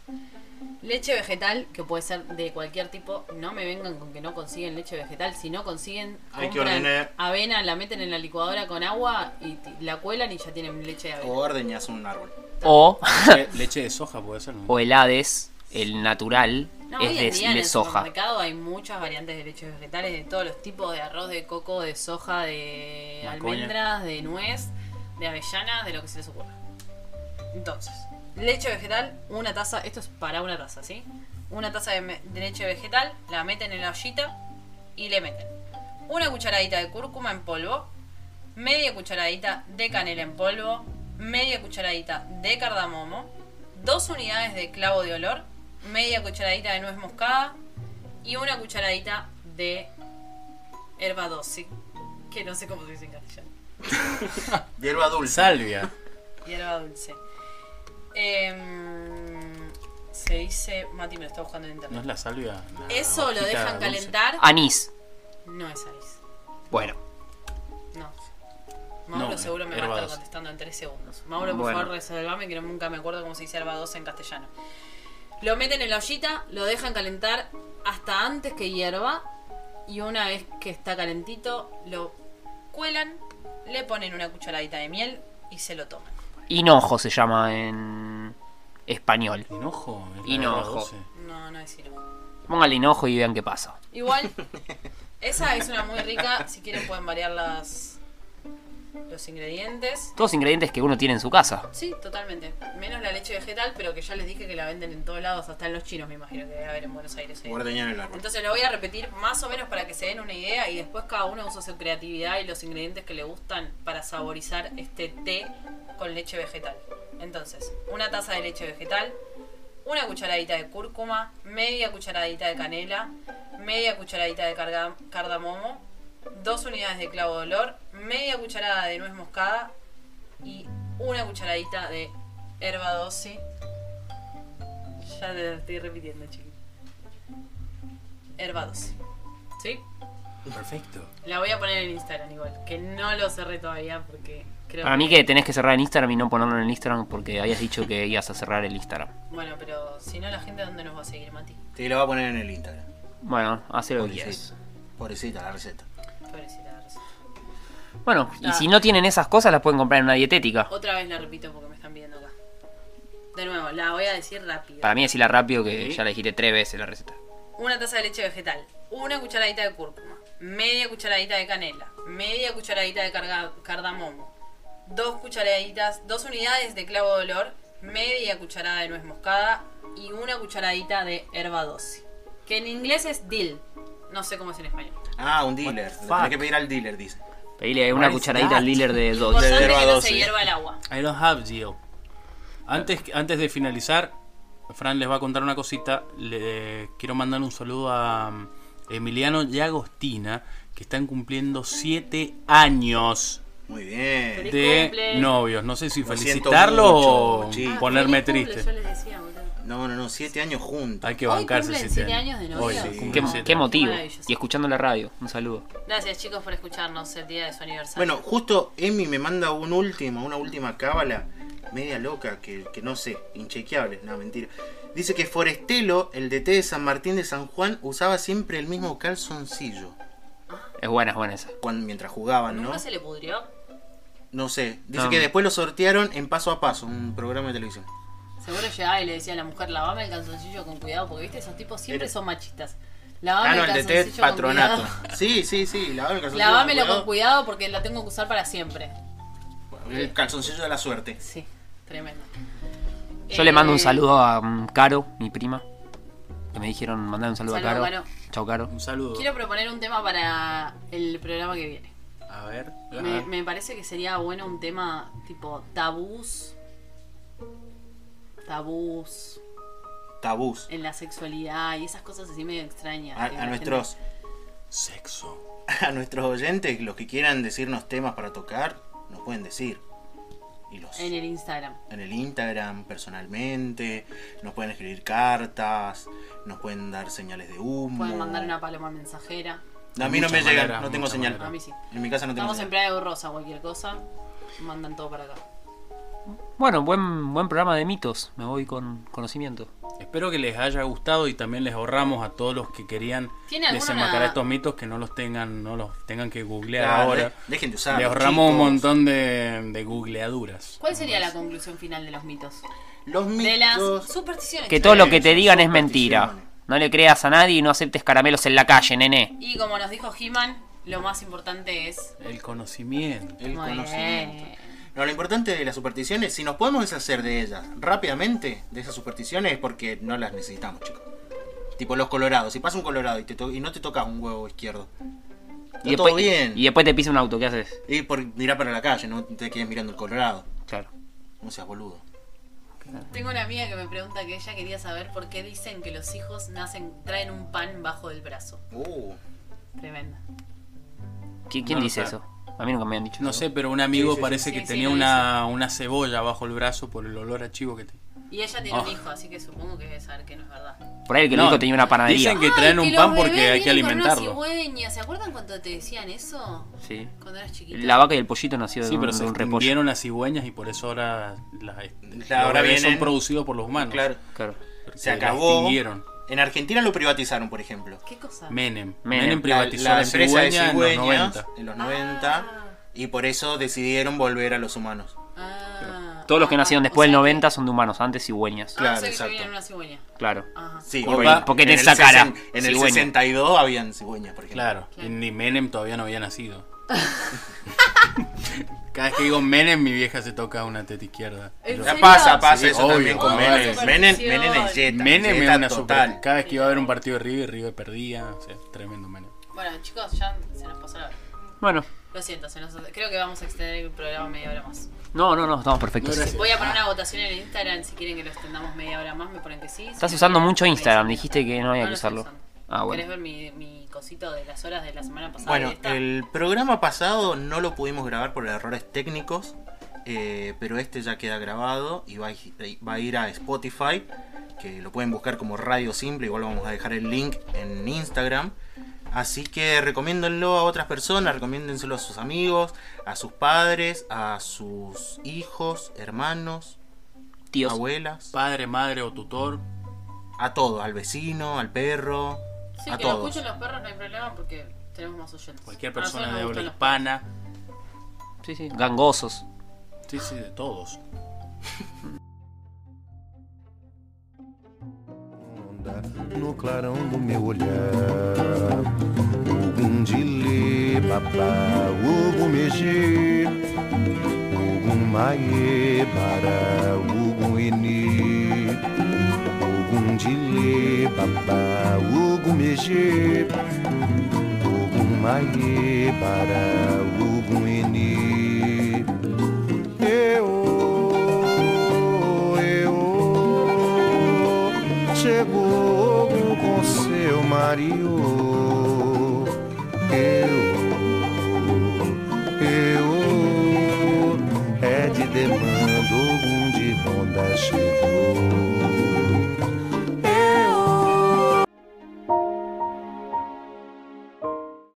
Leche vegetal, que puede ser de cualquier tipo. No me vengan con que no consiguen leche vegetal. Si no consiguen,
Hay que
compran
ordenar.
avena, la meten en la licuadora con agua y ti- la cuelan y ya tienen leche de avena.
Oh,
O ordeñas un árbol. [LAUGHS]
O,
Leche, leche de soja puede ser, ¿no?
o el Hades, el natural,
No, hoy en
es
día en
de, de
el
soja.
supermercado hay muchas variantes de leches vegetales de todos los tipos, de arroz, de coco, de soja, de
Macoña.
almendras, de nuez, de avellanas, de lo que se les ocurra. Entonces, leche vegetal, una taza, esto es para una taza, ¿sí? Una taza de, me- de leche vegetal, la meten en la ollita y le meten una cucharadita de cúrcuma en polvo, media cucharadita de canela en polvo, media cucharadita de cardamomo, dos unidades de clavo de olor, media cucharadita de nuez moscada y una cucharadita de herba dosi, que no sé cómo se dice en castellano.
Hierba dulce.
Salvia.
Hierba dulce. Em, se dice, Mati me lo está buscando en
¿No
internet.
es la salvia? La
Eso lo
hojita
dejan
dulce. Ah.
calentar.
Anís.
No es anís.
Bueno,
No. Mauro
No,
seguro me va a
herba
estar
doce.
contestando en 3 segundos. Mauro, por
Bueno.
favor, reservame que nunca me acuerdo cómo se dice herba 12 en castellano. Lo meten en la ollita, lo dejan calentar hasta antes que hierva y una vez que está calentito lo cuelan, le ponen una cucharadita de miel y se lo toman.
hinojo se llama en español.
Hinojo. es la
Hinojo.
hierba dulce.
No, no es hierba.
Póngale hinojo y vean qué pasa.
[LAUGHS] Igual, esa es una muy rica. Si quieren pueden variar las los ingredientes.
Todos ingredientes que uno tiene en su casa.
Sí, totalmente. Menos la leche vegetal, pero que ya les dije que la venden en todos lados, hasta en los chinos, me imagino que debe haber en Buenos Aires. hoy.
O ordeñar el árbol.
Entonces lo voy a repetir más o menos para que se den una idea y después cada uno usa su creatividad y los ingredientes que le gustan para saborizar este té con leche vegetal. Entonces, una taza de leche vegetal, una cucharadita de cúrcuma, media cucharadita de canela, media cucharadita de carga- cardamomo, dos unidades de clavo de olor, media cucharada de nuez moscada y una cucharadita de herba doce. Ya te lo estoy repitiendo, chiquito. Herba 12. ¿Sí?
Perfecto.
La voy a poner en Instagram igual, que no lo cerré todavía porque creo
Para mí que tenés que cerrar en Instagram y no ponerlo en el Instagram porque habías dicho que ibas a cerrar el Instagram.
Bueno, pero si no, la gente, ¿dónde nos va a seguir, Mati?
Sí, lo va a poner en el Instagram.
Bueno, hace lo que quieras.
Pobrecita. Pobrecita la receta.
Pobrecita la receta.
Bueno, y
Ah.
si no tienen esas cosas, las pueden comprar en una dietética.
Otra vez la repito porque me están pidiendo acá. De nuevo, la voy a decir rápido.
Para mí decirla rápido que ya la dijiste tres veces la receta.
Una taza de leche vegetal, una cucharadita de cúrcuma, media cucharadita de canela, media cucharadita de carga- cardamomo, dos cucharaditas, dos unidades de clavo de olor, media cucharada de nuez moscada y una cucharadita de herba doce. Que en inglés es dill. No sé cómo es en español.
Ah, un dealer. Le tenés que pedir al dealer, dice.
Pedile una
What is
cucharadita
that?
al dealer de dos.
Importante
de herba
que no
doce. Mm,
se hierva el agua.
I don't have deal. Antes, antes de finalizar, Fran les va a contar una cosita. Le quiero mandar un saludo a um, Emiliano y Agostina, que están cumpliendo 7 años
Muy bien.
Feliz
de
cumple. Ah,
novios. No sé si
Lo siento
felicitarlo
mucho,
o
chicos.
ponerme
feliz cumple,
triste.
yo les decía, boludo.
No, no, no, siete años juntos.
Hay que
Hoy
bancarse
cumplen
7
siete
años.
años de
Hoy
novios.
sí,
Qué
Qué,
cumplen
mo-
siete
qué
años.
motivo.
Maravilloso.
Y escuchando la radio. Un saludo.
Gracias chicos por escucharnos el día de su aniversario.
Bueno, justo Emi me manda un último, una última cábala media loca que, que no sé, inchequeable, no, mentira. Dice que Forestelo, el DT de San Martín de San Juan, usaba siempre el mismo calzoncillo
Es buena, es buena esa.
cuando, mientras jugaban,
¿nunca
¿no?
se le pudrió?
No sé. Dice
No.
que después lo sortearon en Paso a Paso, un programa de televisión.
Seguro llegaba y le decía a la mujer, lavame el calzoncillo con cuidado, porque viste, esos tipos siempre
Era-
son machistas. Lavame
Ah, no,
el
el DT
calzoncillo
es
con
patronato. [LAUGHS]
cuidado.
Sí, sí, sí, lavame el calzoncillo.
Lavámelo
cuidado.
con cuidado porque la tengo que usar para siempre.
El calzoncillo de la suerte.
Sí, tremendo.
Yo le mando un
Eh,
saludo a mm, Caro, mi prima. Que me dijeron mandar un saludo
Saludo,
a
Caro.
Caro. Chao, Caro.
Un saludo.
Quiero proponer un tema para el programa que viene.
A ver.
Me, me parece que sería bueno un tema tipo tabús. Tabús
Tabús.
en la sexualidad y esas cosas así medio extrañas.
A,
que
a
la gente-
nuestros,
Sexo.
[LAUGHS] a nuestros oyentes, los que quieran decirnos temas para tocar, nos pueden decir. Y los
En el Instagram.
en el Instagram personalmente, nos pueden escribir cartas, nos pueden dar señales de humo.
Pueden mandar una paloma mensajera.
No, a mí no me
Muchas
llega,
maneras,
no tengo
muchas
señal.
maneras.
A mí sí.
En mi casa no tengo
Estamos en
señal.
Playa de Rosa, cualquier cosa. Mandan todo para acá.
Bueno, buen, buen programa de mitos. Me voy con conocimiento.
Espero que les haya gustado y también les ahorramos a todos los que querían
¿Tiene alguna-
desenmascarar estos mitos que no los tengan, no los tengan que googlear
Ah,
ahora.
de- dejen de usar.
Le ahorramos un
chicos.
montón de, de googleaduras.
¿Cuál sería la conclusión final de los mitos?
Los
De las
mitos.
supersticiones.
Que todo lo que te
son
digan es
supersticiones.
mentira. No le creas a nadie y no aceptes caramelos en la calle, nene.
Y como nos dijo He-Man, lo más importante es.
El conocimiento.
El
Muy
conocimiento.
bien.
No, lo importante de las supersticiones, si nos podemos deshacer de ellas rápidamente, de esas supersticiones, es porque no las necesitamos, chicos. Tipo los colorados. Si pasa un colorado y, te to- y no te tocas un huevo izquierdo, está
y, después,
todo bien.
y después te pisa un auto. ¿Qué haces?
Y por mirar para la calle, no te quedes mirando el colorado.
Claro.
No seas boludo.
Tengo una amiga que me pregunta que ella quería saber por qué dicen que los hijos nacen, traen un pan bajo del brazo.
Uh,
Tremenda.
¿Qui- ¿Quién
No lo
dice
sé.
eso? A mí nunca me han dicho.
No
eso.
sé, pero un amigo
Sí, sí,
parece
sí.
que
Sí, sí,
tenía
lo
una, una cebolla bajo el brazo por el olor a chivo que tenía.
Y ella tiene
Oh.
un hijo, así que supongo que debe saber que no es verdad.
Por ahí el que lo
No,
dijo tenía una panadería.
dicen Que traen
Ay,
un
los
pan porque
bebés
hay que
vienen con una
alimentarlo.
cigüeña. ¿Se acuerdan cuando te decían eso?
Sí.
Cuando eras chiquito.
La vaca y el pollito nació de,
Sí,
un,
pero
de
se
un repollo.
extinguieron Mm, las cigüeñas y por eso ahora las, los
ahora
bebés son
vienen-
producidos por los humanos.
claro.
Claro.
Porque
Se
las
acabó.
extinguieron.
En Argentina lo privatizaron, por ejemplo.
¿Qué cosa?
Menem. Menem.
Menem.
privatizó
la,
la,
la empresa de
cigüeña en los
cigüeñas
90.
en los 90. Y por eso decidieron volver a los humanos.
Ah.
Todos los que
Ah,
nacieron
o
después del
sea que-
90 son de humanos, antes cigüeñas.
Ah,
Claro,
o sea que
exacto.
se viene una cigüeña.
Claro.
Ajá.
Sí,
Opa,
bueno,
¿por qué
en
tenés
el
esa cara?
sesen- En el
Cigüeña.
62 habían cigüeñas, por ejemplo.
Claro, y
Claro.
ni Menem todavía no había nacido. [LAUGHS] Cada vez que digo Menem, mi vieja se toca una teta izquierda.
¿En
Lo-
Ya
serio?
pasa, pasa
Sí,
eso
obvio.
también con
Oh,
Menem.
superstición.
Menem. Menem es Jetta.
Menem
Jetta
es una
total.
super. Cada vez que iba a haber un partido de River, River perdía. O sea, tremendo Menem.
Bueno, chicos, ya se nos pasó la hora.
Bueno.
Lo siento, se nos... creo que vamos a extender el programa media hora más.
No, no, no, estamos perfectos.
No, gracias.
Voy a poner una votación en el Instagram. Si quieren que lo extendamos media hora más, me ponen que sí.
Estás usando mucho Instagram, dijiste que no había que usarlo. Ah,
¿Querés ver
bueno.
mi, mi cosito de las horas de la semana pasada?
Bueno,
y esta?
el programa pasado no lo pudimos grabar por errores técnicos, eh, pero este ya queda grabado y va a, eh, va a ir a Spotify, que lo pueden buscar como Radio Simple, igual vamos a dejar el link en Instagram. Así que recomiéndenlo a otras personas, recomiéndenselo a sus amigos, a sus padres, a sus hijos, hermanos,
Tíos.
abuelas,
Padre, madre o tutor.
a todos, al vecino, al perro,
Sí,
a
que lo
todos.
escuchen los perros, no hay problema porque tenemos más oyentes.
Cualquier
A nosotros
persona
nos
de habla
Ah, gustan los
hispana.
Sí, sí. Gangosos.
Sí, sí, de todos.
onda no clarão do meu olhar. O gundilê, papá, o gumegê, o Maie para Uguini, Ugundile, Papá, Ugumeje, Ugumaie para Uguini. Eu, eu, chegou Hugo com seu marido. é